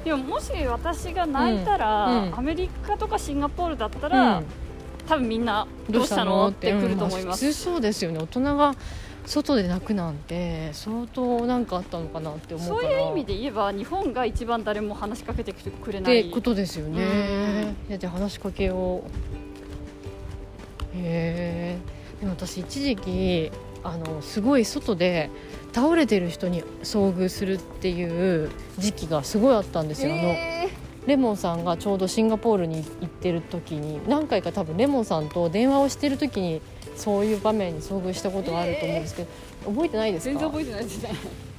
S1: でももし私が泣いた
S2: うんう
S1: ら
S2: ん
S1: アメリカとかシンガポールだったら
S2: うん
S1: 多分みんなどうしたのってくると思いま
S2: うんあ
S1: す
S2: 普通そうですよね大人が外で泣くなんて相当なんかあったのかなって思う
S1: そう
S2: から
S1: いう意味で言えば日本が一番誰も話しかけてくれな
S2: って
S1: い
S2: ことですよねだって話しかけをへえでも私一時期あのすごい外で倒れてる人に遭遇するっていう時期がすごいあったんですよ、あの
S1: え
S2: レモンさんがちょうどシンガポールに行ってる時に何回か多分レモンさんと電話をしてる時にそういう場面に遭遇したことがあると思うんですけど、覚えてないで
S1: ー
S2: す
S1: 全
S2: か
S1: 然覚えてないですね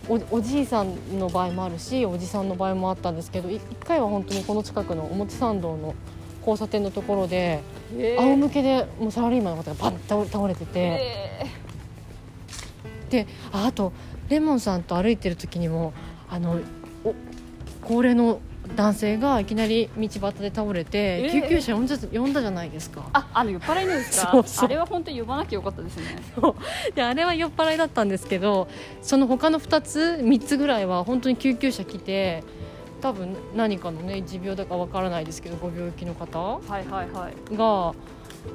S2: おおじいさんの場合もあるしおじさんの場合もあったんですけどい一回は本当にこの近くの表参道の交差点のところで
S1: えー
S2: 仰向けでもうサラリーマンの方がバッと倒れてて。
S1: えー
S2: でああとレモンさんと歩いてる時にもあのお高齢の男性がいきなり道端で倒れて、
S1: えー
S2: 救急車呼んじゃ呼んだじゃないですか
S1: あ、あの酔っ払いのですか。
S2: そうそう
S1: あれは本当に呼ばなきゃよかったですね。
S2: であれは酔っ払いだったんですけどその他の2つ3つぐらいは本当に救急車来て多分何かのね持病だかわからないですけどご病気の方
S1: はいはいはい。
S2: が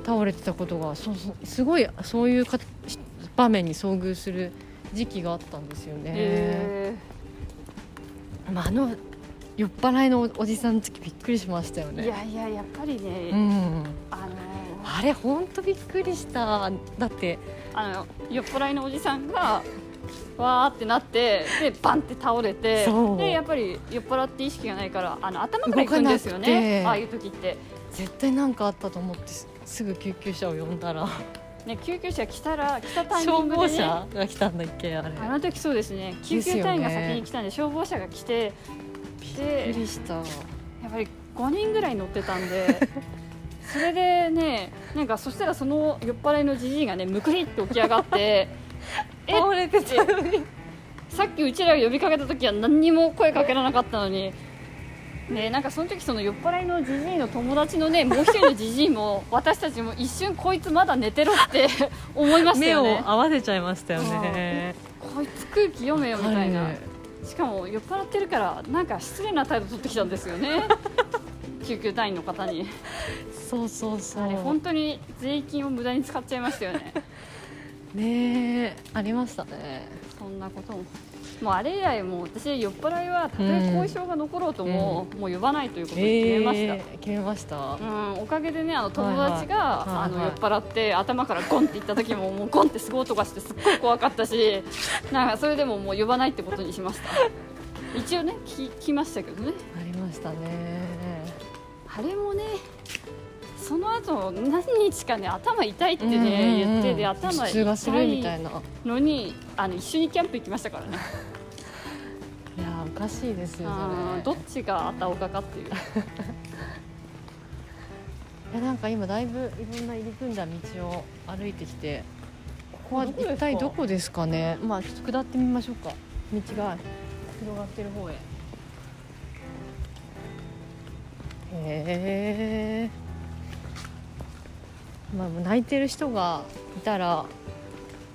S2: 倒れてたことがそうそうすごいそういうかし場面に遭遇する時期があったんですよね。
S1: え
S2: まあ、あの酔っ払いのおじさんの時びっくりしましたよ
S1: ー
S2: ね
S1: いやいややっぱり
S2: う
S1: ね、
S2: ん、
S1: あの
S2: あれ本当びっくりしただって
S1: あの酔っ払いのおじさんが。わーってなってでバンって倒れて
S2: そう
S1: でやっぱり酔っ払って意識がないからあの頭からいくんですよ
S2: 動かなく
S1: ね
S2: て
S1: ああいう時って、
S2: 絶対何かあったと思ってすすぐ救急車を呼んだら
S1: ね、救急車来たら来たタイミ
S2: 消
S1: ングで、
S2: 防
S1: ね、
S2: 車が来たんだっけあれ
S1: あの時そうですね救急隊員が先に来たんで消防車が来て
S2: び
S1: で
S2: っくりした
S1: やっぱり5人ぐらい乗ってたん でそれでねなんかそしたらその酔っ払いのじじいがねむくりって起き上がってえ
S2: 倒れてたのに
S1: さっきうちらが呼びかけた時は何にも声かけられなかったのに。ね、なんかその時その酔っ払いのじじいの友達のねもう一人のじじいも私たちも一瞬こいつまだ寝てろって思いました
S2: 目
S1: よ
S2: を
S1: ね
S2: 合わせちゃいましたよね
S1: こいつ空気読めよみたいな、
S2: はい
S1: しかも酔っ払ってるからなんか失礼な態度取ってきたんですよ ね救急隊員の方に
S2: そうそうそう
S1: あれ本当に税金を無駄に使っちゃいましたよね
S2: ねえありましたね
S1: そんなことももうあれ以来もう私酔っ払いはたとえ後遺症が残ろうとも、もう呼ばないということに決めました、
S2: えー決めました
S1: うん、おかげでねあの友達が、
S2: いはい
S1: あの
S2: はい
S1: 酔
S2: は
S1: っ
S2: い
S1: 払って頭からゴンっていった時ももうゴンってすごい音がしてすっごい怖かったしなんかそれでももう呼ばないってことにしました一応ね聞きましたけどね
S2: ありましたね
S1: あれもねその後何日かね頭痛いってね、言ってで頭
S2: 頭痛がするみ
S1: 痛
S2: た
S1: い
S2: いな
S1: のにあの一緒にキャンプ行きましたからね
S2: かしいですよ
S1: あーど
S2: それ
S1: っちがあたおかかっていう
S2: いやなんか今だいぶいろんな入り組んだ道を歩いてきてここは
S1: どこですか
S2: 一体どこですかねまあちょっと下ってみましょうか道が広がってる方へへえまあ泣いてる人がいたら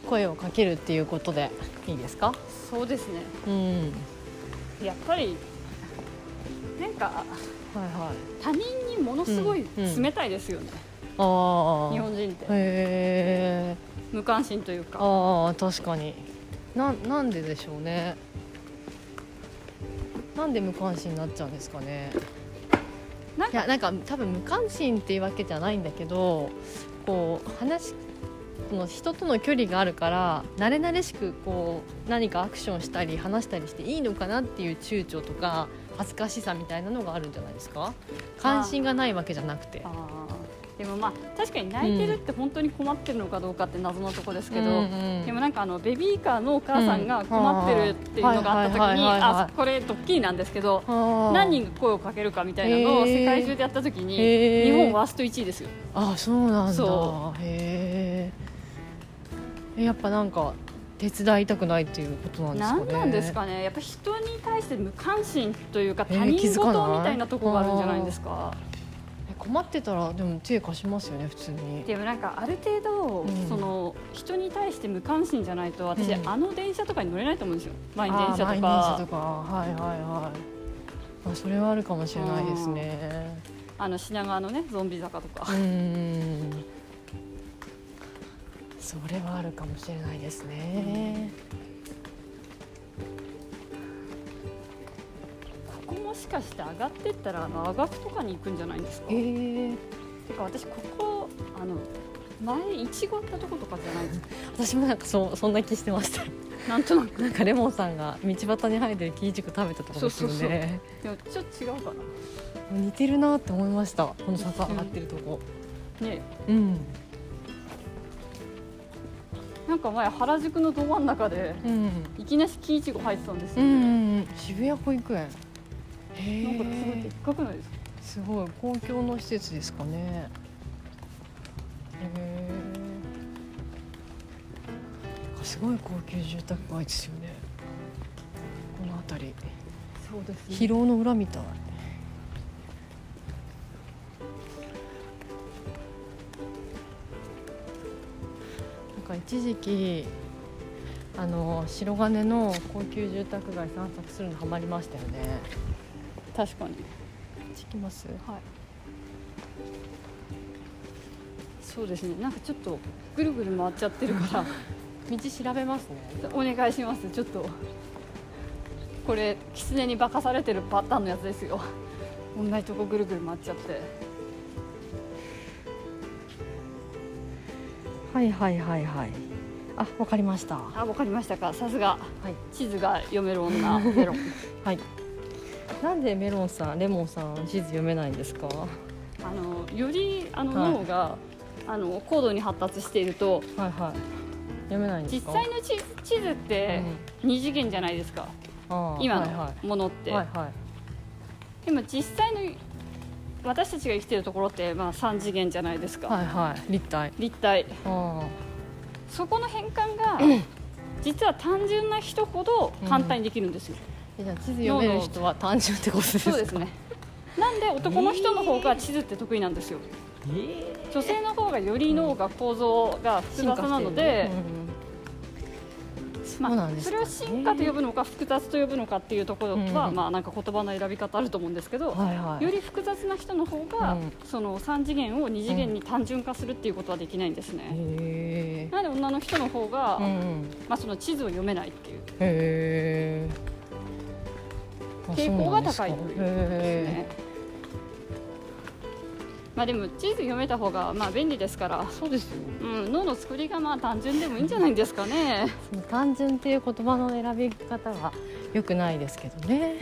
S2: 声をかけるっていうことでいいですか
S1: そうですね
S2: うん
S1: やっぱりなんか
S2: はいはい
S1: 他人にものすごい冷たいですよね、
S2: ああ
S1: 日本人って、
S2: へえ
S1: 無関心というか
S2: ああ確かにななんででしょうねなんで無関心になっちゃうんですかね
S1: なん
S2: い
S1: か
S2: やなんか多分無関心っていうわけじゃないんだけどこう話この人との距離があるから慣れ慣れしくこう何かアクションしたり話したりしていいのかなっていう躊躇とか恥ずかしさみたいなのがあるんじゃないですか関心がないわけじゃなくて
S1: あーでもまあ確かに泣いてるって本当に困ってるのかどうかって謎のとこですけど、
S2: うんうん
S1: でもなんかあのベビーカーのお母さんが困ってるっていうのがあった時
S2: うん
S1: に
S2: はいはいはいはいはい
S1: あこれドッキリなんですけど
S2: あー
S1: 何人が声をかけるかみたいなのを
S2: へー
S1: 世界中でやった時に
S2: へー
S1: 日本ワースト1位ですよ
S2: あそうなんだ
S1: そ
S2: へえやっぱなんか手伝いたくないっていうことなんですかね
S1: 何なんですかねやっぱ人に対して無関心というか他人
S2: えー気づかな
S1: 事
S2: い
S1: みたいなとこがあるんじゃないですか、
S2: え困ってたらでも手貸しますよね普通に
S1: でもなんかある程度、
S2: うん
S1: その人に対して無関心じゃないと私、
S2: うん
S1: あの電車とかに乗れないと思うんですよ満員電車
S2: あー
S1: と
S2: 満員電車
S1: か
S2: とかはいはいはいまあそれはあるかもしれないですね
S1: あの品川のねゾンビ坂と
S2: う
S1: か
S2: んそれはあるかもしれないですね
S1: ここもしかして上がってったらあの上がくとかに行くんじゃないんですか
S2: へえ
S1: てか私ここあの前いちごあったとことかじゃないですか
S2: 私もなんかそうそんな気してました
S1: なんとなく
S2: なんかレモンさんが道端に生えてるキイチク食べたとこですよね
S1: そうそうでもちょっと違うか
S2: 似てるなって思いましたこの笹上がってるとこ
S1: なね
S2: うん
S1: なんか前原宿のど真ん中で
S2: うん
S1: いきなし木いちご入ってたんです
S2: う
S1: よ、ね
S2: ん渋谷保育園へ
S1: なんかすごいでっ
S2: え
S1: かくないですか
S2: すごい公共の施設ですかねへえすごい高級住宅街ですよねこの辺り
S1: そうです
S2: 疲労の裏みたいなんか一時期あの白金の高級住宅街散策するのハマりましたよね
S1: 確かに
S2: 行きます
S1: はいそうですねなんかちょっとぐるぐる回っちゃってるから
S2: 道調べますね
S1: お願いしますちょっとこれ狐に化かされてるパターンのやつですよ同じとこぐるぐる回っちゃって
S2: はいはいはいはいあわかりましたは
S1: あわかりましたかさすが
S2: い
S1: 地図が読める 女メロン
S2: はいなんでメロンさんレモンさん地図読めないんですかは
S1: あのよりあの
S2: はい
S1: 脳が、あの高度に発達していると
S2: いはい読めないんで
S1: 実
S2: すか
S1: 際の地地図って二次元じゃないですか、
S2: の
S1: 今
S2: はいは
S1: のものっ
S2: い、
S1: て、
S2: はいはい
S1: でも実際の私たちが生きてるところって、まあ、3次元じゃないですか、
S2: はいはい立体
S1: 立体
S2: あ
S1: そこの変換 が、実は単純な人ほど簡単にできるんですよ、
S2: あじゃあ地図読める人は単純ってことですか
S1: そうですねなんで男の人の方が地図って得意なんですよ、女性の方がより脳が構造が複雑なので、
S2: うんそう
S1: まあ
S2: なんで
S1: そ
S2: すか
S1: れを進化と呼ぶのか複雑と呼ぶのかっていうところは、
S2: うん
S1: まあなんか言葉の選び方あると思うんですけど、
S2: うんはいはい
S1: より複雑な人の方が、
S2: うん
S1: その3次元を2次元に単純化するっていうことはできないんですね、
S2: へえ
S1: なので女の人の方が、
S2: うんうん
S1: まあ、その地図を読めないっていう
S2: へえあ
S1: 傾向が高いということ
S2: そうなん
S1: です
S2: ですかへ
S1: ねまあでも地図読めた方がまあ便利ですから、
S2: えそうですよ
S1: うん、脳の作りがまあ単純でもいいんじゃないですかね
S2: その単純っていう言葉の選び方は良くないですけどね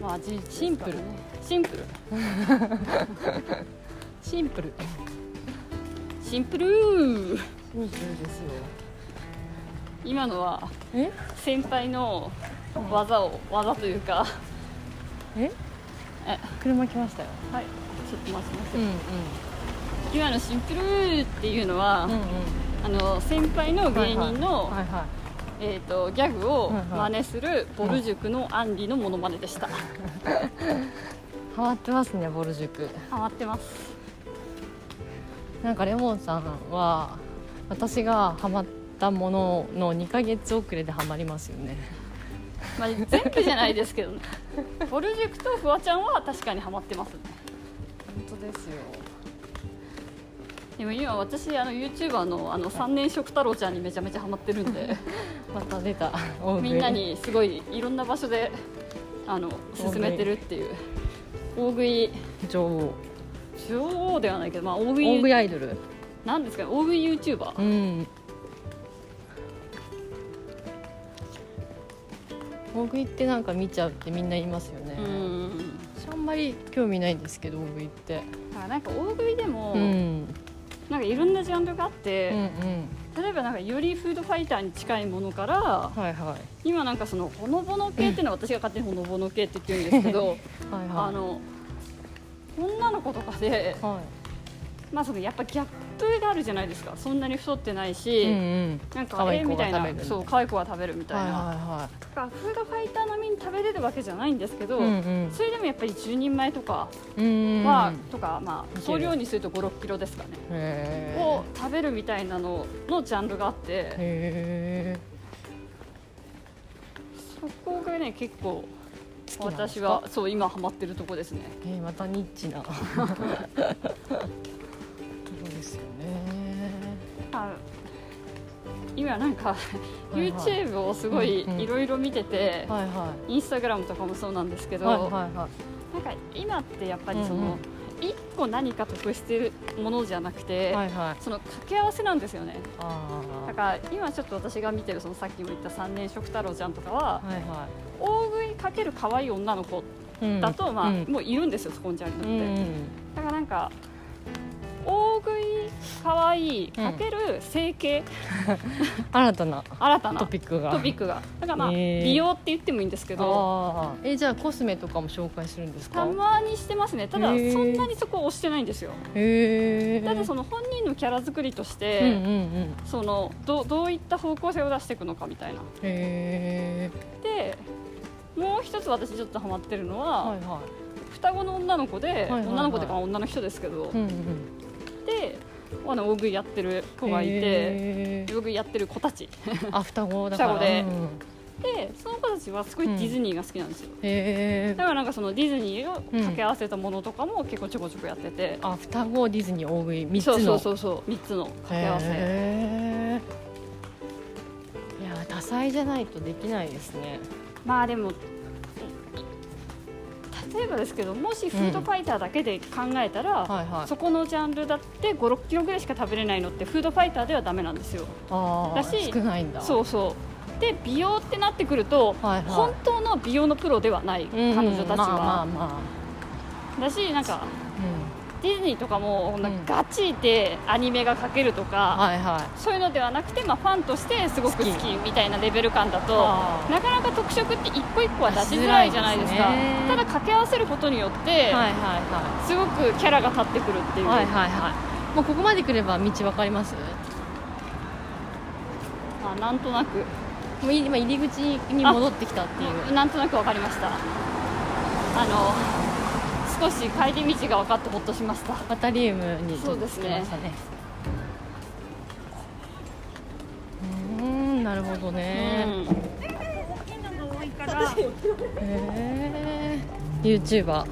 S1: まあじシンプルねシンプル
S2: シンプル
S1: シンプル
S2: シンプルですよ
S1: 今のは
S2: え
S1: 先輩の技を技というか
S2: え
S1: え
S2: 車来ましたよ
S1: はいちょっと待ちます
S2: うんうん
S1: 今のシンプルっていうのは、
S2: うんうん
S1: あの先輩の芸人の、
S2: はいは
S1: えー、とギャグを
S2: はいはい
S1: 真似するボル塾のアンリのモノマネでした、
S2: いハマってますねボル塾
S1: ハマってます
S2: なんかレモンさんは私がハマったものの2ヶ月遅れでハマりますよね
S1: まあ、全部じゃないですけどね ボル塾とフワちゃんは確かにハマってますね
S2: 本当ですよ
S1: でも今私あの YouTuber のあの三年食太郎ちゃんにめちゃめちゃハマってるん で
S2: また出た大食 い
S1: みんなにすごいいろんな場所であの勧めてるっていう大食い
S2: 女王
S1: 女王ではないけど、まあ、大食
S2: 大食い
S1: い
S2: アイドル
S1: なんですかね大食い YouTuber
S2: うん大食いってなんか見ちゃうってみんな言いますよね、
S1: うん
S2: 私あんまり興味ないんですけど大食いって、
S1: だからなんか大食いでも、
S2: うん、うん
S1: なんかいろんなジャンルがあっ
S2: う
S1: て、
S2: ん
S1: 例えばなんかよりフードファイターに近いものから
S2: はいはい
S1: 今なんかそのほのぼの系っていうのは私が勝手にほのぼの系って言ってるんですけど
S2: はいはい
S1: あの女の子とかで、
S2: は
S1: まあ、そのやっぱギャップがあるじゃないですかそんなに太ってないし、
S2: い、うんうん
S1: なんか
S2: 可愛い
S1: え
S2: 子
S1: み
S2: が
S1: たいな
S2: 食べる
S1: そう可愛い子は食べるみたいな、
S2: は
S1: だからフードファイター並みに食べれるわけじゃないんですけ
S2: い
S1: ど、
S2: はいはいうん
S1: それでもやっぱり10人前とか
S2: うんうん
S1: は、とか、まあ、
S2: いける
S1: 総量にすると5 6キロですかね、
S2: へー
S1: を食べるみたいなののジャンルがあって。
S2: へえ
S1: そこがね結構私はそう今ハマってるとこですね
S2: えーまたニッチなとこですよね
S1: あ今なんか
S2: いはい
S1: YouTube をすごい
S2: うんうん
S1: いろいろ見てて、
S2: はいはい
S1: インスタグラムとかもそうなんですけど、
S2: はいはいはい
S1: なんか今ってやっぱりそ
S2: うんう
S1: の
S2: ん
S1: 一、個何か得してるものじゃなくて、
S2: はいはい
S1: その掛け合わせなんですよね
S2: あ
S1: だ
S2: ー
S1: から今ちょっと私が見てるそのさっきも言った三年食太郎ちゃんとかは、
S2: はいは
S1: 大食いかける可愛い女の子
S2: いうん
S1: だと、まあ
S2: うん
S1: もういるんですよそこにジャンルって。
S2: うん
S1: だからなんか大食い可愛い
S2: う
S1: か
S2: ん
S1: ける整形、
S2: 新たな
S1: 新たな
S2: ト
S1: トピ
S2: ピックが
S1: ックがだからまあ、
S2: へー
S1: 美容って言ってもいいんですけど
S2: あーえじゃあコスメとかも紹介するんです
S1: た
S2: か
S1: まにしてますねただ
S2: へー
S1: そんなにそこを押してないんですよ
S2: へえ
S1: ただその本人のキャラ作りとし
S2: うんうん
S1: て、
S2: うん
S1: そのどどういった方向性を出していくのかみたいな
S2: へえ
S1: でもう一つ私ちょっとハマってるのは、
S2: はいは
S1: 双子の女の子で、
S2: いはいはい
S1: 女の子とか女の人ですけど、
S2: いうんうん
S1: であの大食いやってる子がいて
S2: へ
S1: 大
S2: ー
S1: 食いやってる子たち
S2: あ双子だから
S1: 双子で
S2: うん
S1: でその子たちはすごいディズニーが好きなんですよ、
S2: へえ
S1: だからなんかそのディズニーを掛け合わせたものとかも結構ちょこちょこやってて、
S2: あ双子ディズニー大食い3つの
S1: そうそうそうそう3つの掛け合わせ
S2: へえいや多彩じゃないとできないですね
S1: まあでも例えばですけどもしフードファイターだけで考えたら、
S2: はいはい
S1: そこのジャンルだって5 6キロぐらいしか食べれないのってフードファイターではダメなんですよ
S2: あ
S1: だし
S2: ー少ないんだ
S1: そうそうで美容ってなってくると、
S2: はいはい
S1: 本当の美容のプロではない彼女たちは、
S2: うんまあまあま
S1: だしなんか
S2: あ、
S1: ディズニーとかもこんな
S2: うん
S1: ガチでアニメが描けるとか、
S2: うん、はいはい
S1: そういうのではなくて、まあ、ファンとしてすごく好
S2: 好き
S1: きみたいなレベル感だと
S2: あー
S1: なかなか特色って一個一個は出しづらいじゃないですか
S2: 出しづらいですね
S1: ただ掛け合わせることによって、
S2: はいは
S1: すごくキャラが立ってくるってい、
S2: いうはいはいはいはいもうここまで来れば道分かります
S1: まあ、なんとなく
S2: もうい今入り口に戻ってきたっていう
S1: なんとなく分かりましたあの少し帰り道が分かってほっとしました
S2: バタリウムに
S1: そうですね
S2: 着きましたねうーんなるほどね、
S1: うん
S2: へえ YouTuber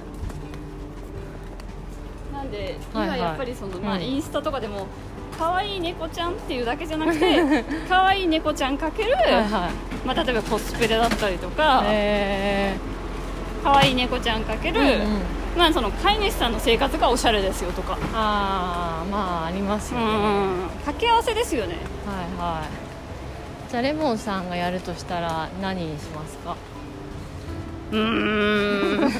S1: なんで
S2: はい
S1: 今
S2: はい
S1: やっぱりその、まあ、
S2: うん
S1: インスタとかでも可愛い猫ちゃんっていうだけじゃな くて可愛い猫ちゃんかける、
S2: はいはい
S1: まあ、例えばコスプレだったりとか、
S2: へ
S1: 可愛い猫ちゃんかける、
S2: えうんうん
S1: まあ、その飼い主さんの生活がおしゃれですよとか、
S2: ああまああります
S1: う
S2: よね、はい
S1: ん、掛け合わせですよね
S2: はいじゃあレモンさんがやるとしたら何にしますか
S1: うーん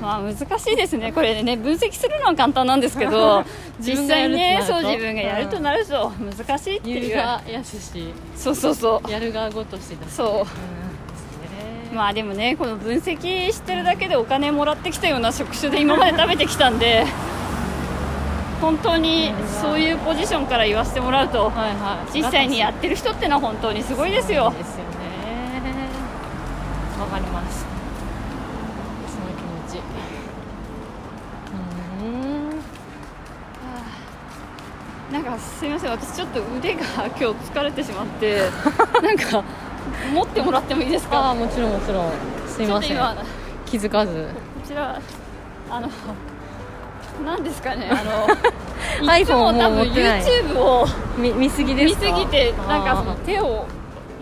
S1: まあ難しいですね、これね、分析するのは簡単なんですけど、実際ね、
S2: 自分がやるとなると
S1: そう自分がやるとなると難しいって
S2: 言
S1: いうう、
S2: がやすし
S1: そうそうそ
S2: やる側ごとしてだ
S1: う、そうう、まあでもね、この分析してるだけでお金もらってきたような職種で今まで食べてきたんで、 本当にそういうポジションから言わせてもらうと、
S2: はいはい
S1: 実際にやってる人ってのは本当にすごいですよ
S2: そう。ですよねわかりますその気持ちうーん
S1: なんかすみません、私ちょっと腕が 今日疲れてしまって、 なんか持ってもらってもいいです
S2: あ
S1: か
S2: あ。もちろんもちろんすい
S1: ちょ
S2: ま
S1: っと
S2: せん
S1: 今こ
S2: 気づかず
S1: ちらあの何ですかねあのいつ
S2: iPhone
S1: も多
S2: もう
S1: 分
S2: 持ってない
S1: YouTube を
S2: 見見すぎで
S1: 見
S2: す
S1: す
S2: か
S1: ぎてなんかその
S2: あー
S1: 手を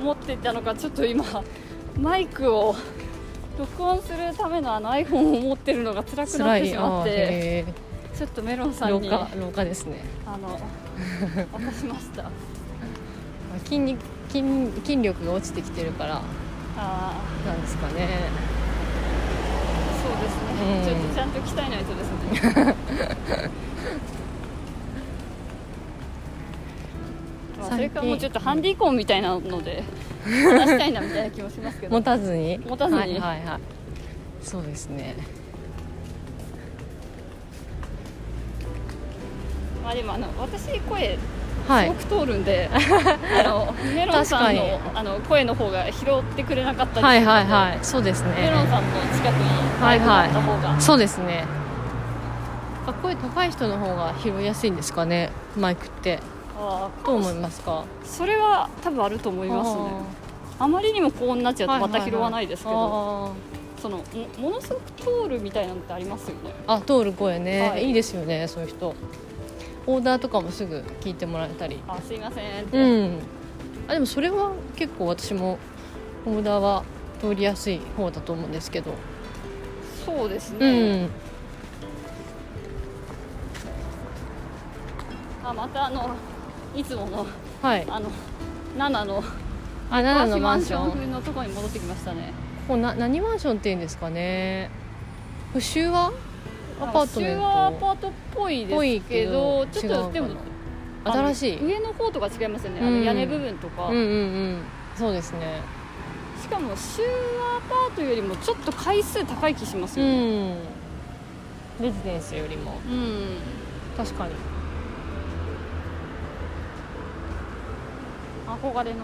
S1: 持ってたのかちょっと今マイクを録音するためのあの iPhone を持ってるのが辛くなっ
S2: 辛
S1: て
S2: い
S1: しまっ
S2: あー
S1: て
S2: へ
S1: ちょっとメロン
S2: ー
S1: さ
S2: 老
S1: んにあ
S2: 化老化ですね
S1: の渡しました
S2: 筋肉筋筋力が落ちてきてるから
S1: あー
S2: なんですかね
S1: そうですね、
S2: うん
S1: ちょっとちゃんと鍛えないとですね まあそれかもうちょっとハンディコンみたいなので話したいなみたいな気もしますけど
S2: 持たずに
S1: 持たずに
S2: はいはいはいそうですね
S1: まあでもあの私声
S2: は
S1: す
S2: い
S1: ごく通るん で、あのメロンさんの
S2: 確
S1: あの声の方が拾ってくれなかったり
S2: はいはい
S1: い
S2: はいそうです
S1: メロン
S2: ね
S1: さんの近くに
S2: は
S1: マ
S2: い
S1: イクがあった方が、
S2: はいそうですねあ声高い人の方が拾いやすいんですかねマイクって
S1: ああ
S2: どう思いますか
S1: それは多分あると思いますねあまりにも高音になっちゃうとまた拾わないですけど、
S2: はいはいはい
S1: そのもものすごく通るみたいなのってありますよね
S2: あーあ通る声ね、
S1: はい
S2: い、いですよねそういう人オーダーとかもすぐ聞いてもらえたり
S1: あすいませんって、
S2: うんあでもそれは結構私もオーダーは通りやすい方だと思うんですけど
S1: そうです
S2: う
S1: ね、
S2: ん
S1: あまたあのいつもの
S2: はい
S1: あの7の
S2: あ7のマンション
S1: マ風のところに戻ってきましたね
S2: こうな何マンションっていうんですかね不修はアパートメン
S1: あ週はア
S2: ト
S1: パートっぽい
S2: ぽ
S1: で
S2: い
S1: すけ
S2: け
S1: ど
S2: ど
S1: ちょっ
S2: 違うか
S1: と
S2: な
S1: でもあの
S2: 新しいうん
S1: 上の方とか違いますよね、あの
S2: うん
S1: 屋根部分とか、
S2: うんうんそうですね
S1: しかも週はアパートよりもちょっと回数高い気します
S2: う
S1: よね
S2: んレジデンスよりも
S1: うん、
S2: 確かに
S1: 憧れの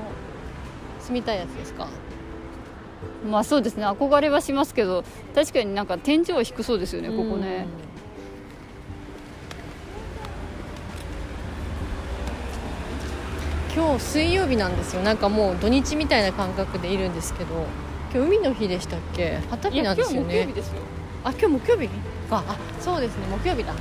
S2: 住みたいやつですか
S1: まあそうですね憧れはしますけど確かになんか天井は低そうですよねここね、
S2: うん今日水曜日なんですよなんかもう土日みたいな感覚でいるんですけど今日海の日でしたっけ
S1: い
S2: 畑な
S1: や
S2: んで
S1: 今日
S2: すよ
S1: 木曜日
S2: ね
S1: ですよ
S2: あ今日木曜日かあそうですね木曜日だ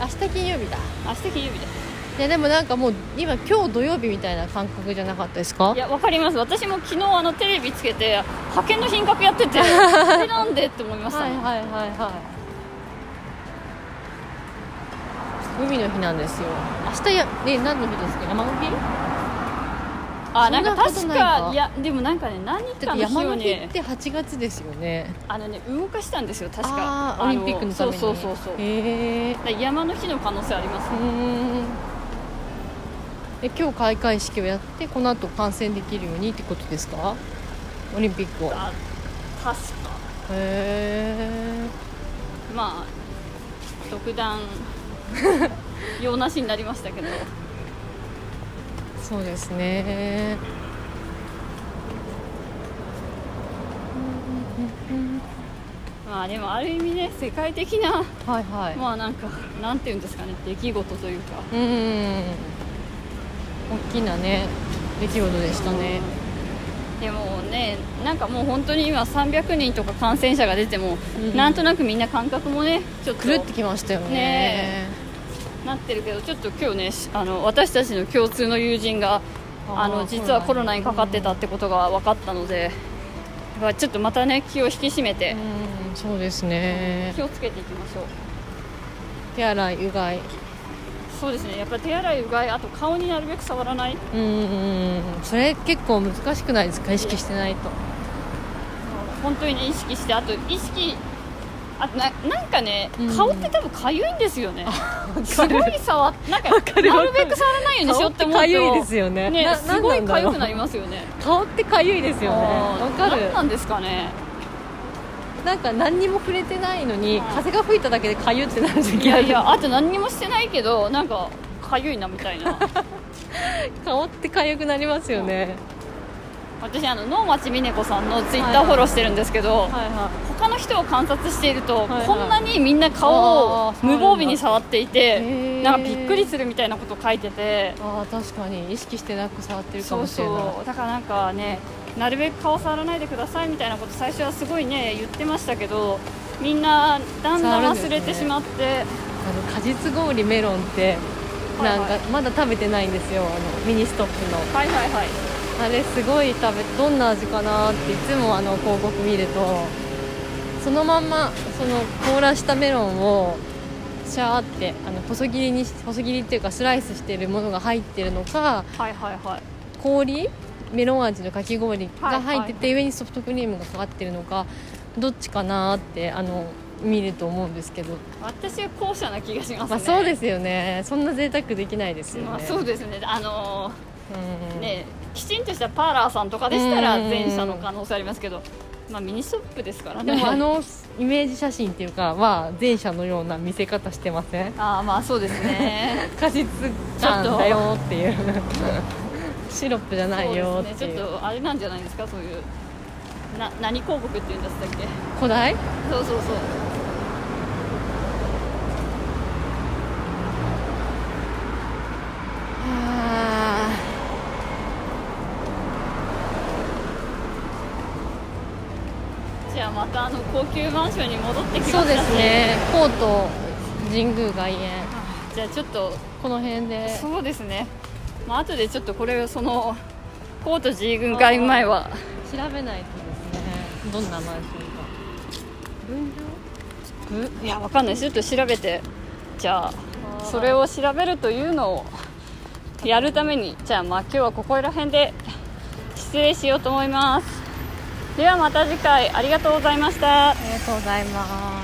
S2: 明日金曜日だ
S1: 明日金曜日です
S2: いやでもなんかもう今今日土曜日みたいな感覚じゃなかったですか
S1: いやわかります私も昨日あのテレビつけて派遣の品格や っててこれなんでって思いました、
S2: はいはいはいはい海の日なんですよ明日やね何の日ですか山の日
S1: あなんか
S2: そ
S1: 確
S2: んなこ
S1: か
S2: とないいか
S1: いやでもなんかね何
S2: だ
S1: か
S2: って
S1: の日
S2: 山
S1: を
S2: の日っ
S1: ね
S2: て8月ですよね
S1: あのね動かしたんですよ確か
S2: あーオリンピックのために
S1: あそうそうそうそう
S2: へえ
S1: だから山の日の可能性あります
S2: うーんえ今日開会式をやってこの後観戦できるようにってことですかオリンピックをへ
S1: あ確か
S2: え
S1: まあ特 段用なしになりましたけど
S2: そうですね
S1: まあでもある意味ね世界的な
S2: はいはい、
S1: まあなんかなんていうんですかね出来事というか
S2: うーん大きなね出来事でしたね
S1: でもねなんかもう本当に今300人とか感染者が出ても、
S2: うん
S1: なんとなくみんな感覚もねちょっと
S2: 狂ってきましたよね
S1: ねなってるけどちょっと今日ねしあの私たちの共通の友人が
S2: あー
S1: あの実はコロナにかかってたってことが分かったので、だからちょっとまたね気を引き締めて
S2: うんそうですね
S1: 気をつけていきましょう
S2: 手洗いうがい
S1: そうですねやっぱり手洗いうがいあと顔になるべく触らない
S2: うんうんうんそれ結構難しくないですか意識してないと
S1: 本当にね意識してあと意識あななんかね、
S2: うん
S1: 顔って多分かゆいんですよねす
S2: かる
S1: ごい触っなんか
S2: かる
S1: なるべく触らないようにしようって思うと
S2: かゆいですよね
S1: ね
S2: な
S1: すごい
S2: なんなん
S1: か
S2: だろ
S1: ゆ
S2: う
S1: くなりますよ ね
S2: 顔ってかゆいですよね
S1: あー
S2: わか
S1: なんな
S2: る
S1: んですかね
S2: なんか何にも触れてないのに
S1: うん
S2: 風が吹いただけでかゆってなる時
S1: いや
S2: ある
S1: いやあと何にもしてないけどなんかかゆいなみたい な
S2: 顔ってかゆくなりますよね
S1: 私あの能町みね子さんのツイッターフォローしてるんですけど、
S2: はいはい
S1: 他の人を観察していると、
S2: いはい
S1: こんなにみんな顔
S2: あ
S1: を
S2: ーそうなん
S1: 無
S2: だ
S1: 防備に触っていて
S2: へー
S1: なんかびっくりするみたいなこと書いてて
S2: あー確かに意識してなく触ってるか
S1: そ
S2: も
S1: う
S2: しれない
S1: そうだからなんかねなるべく顔触らないでくださいみたいなこと最初はすごいね言ってましたけどみんなだんだん忘れてしまって、
S2: あの果実氷メロンって
S1: はい
S2: なん
S1: はい
S2: かまだ食べてないんですよあのミニストップの
S1: はいはいはい
S2: あれすごい食べどんな味かなっていつもあの広告見るとそのまんまその凍らしたメロンをシャーってあの細切りにし細切りっていうかスライスしてるものが入ってるのか
S1: はいはいはい
S2: 氷メロン味のかき氷が入ってて上にソフトクリームがかかってるのかどっちかなってあの見ると思うんですけど、
S1: 私は後者な気がしますね、
S2: まあ、そうですよねそんな贅沢できないですよね。
S1: まあそうですねあのー
S2: うん
S1: ねきちんとしたパーラーさんとかでしたら
S2: うんうんうん
S1: 前者の可能性ありますけど、まあ、ミニストップですから
S2: で
S1: ね
S2: もあのイメージ写真っていうかは前者のような見せ方してません
S1: あーまあそうですね
S2: 果実感だよって いうシロップじゃ ない
S1: そ
S2: よ
S1: うで
S2: っ
S1: す
S2: てい
S1: ね
S2: う
S1: ちょっとあれなんじゃないですかそういうな何広告っていうんだったっけ
S2: 古代
S1: そうそうそうじゃあまたあの高級マンションに戻ってきました
S2: そうですね皇都神宮外苑
S1: あじゃあちょっと
S2: この辺で
S1: そうですねまあ後でちょっとこれそのコート G 軍会前は
S2: 調べないとですねどんなマンションか分譲
S1: いやわかんないですちょっと調べてじゃあ
S2: あー
S1: それを調べるというのをやるためにじゃあまあ今日はここら辺で失礼しようと思いますではまた次回ありがとうございました
S2: ありがとうございます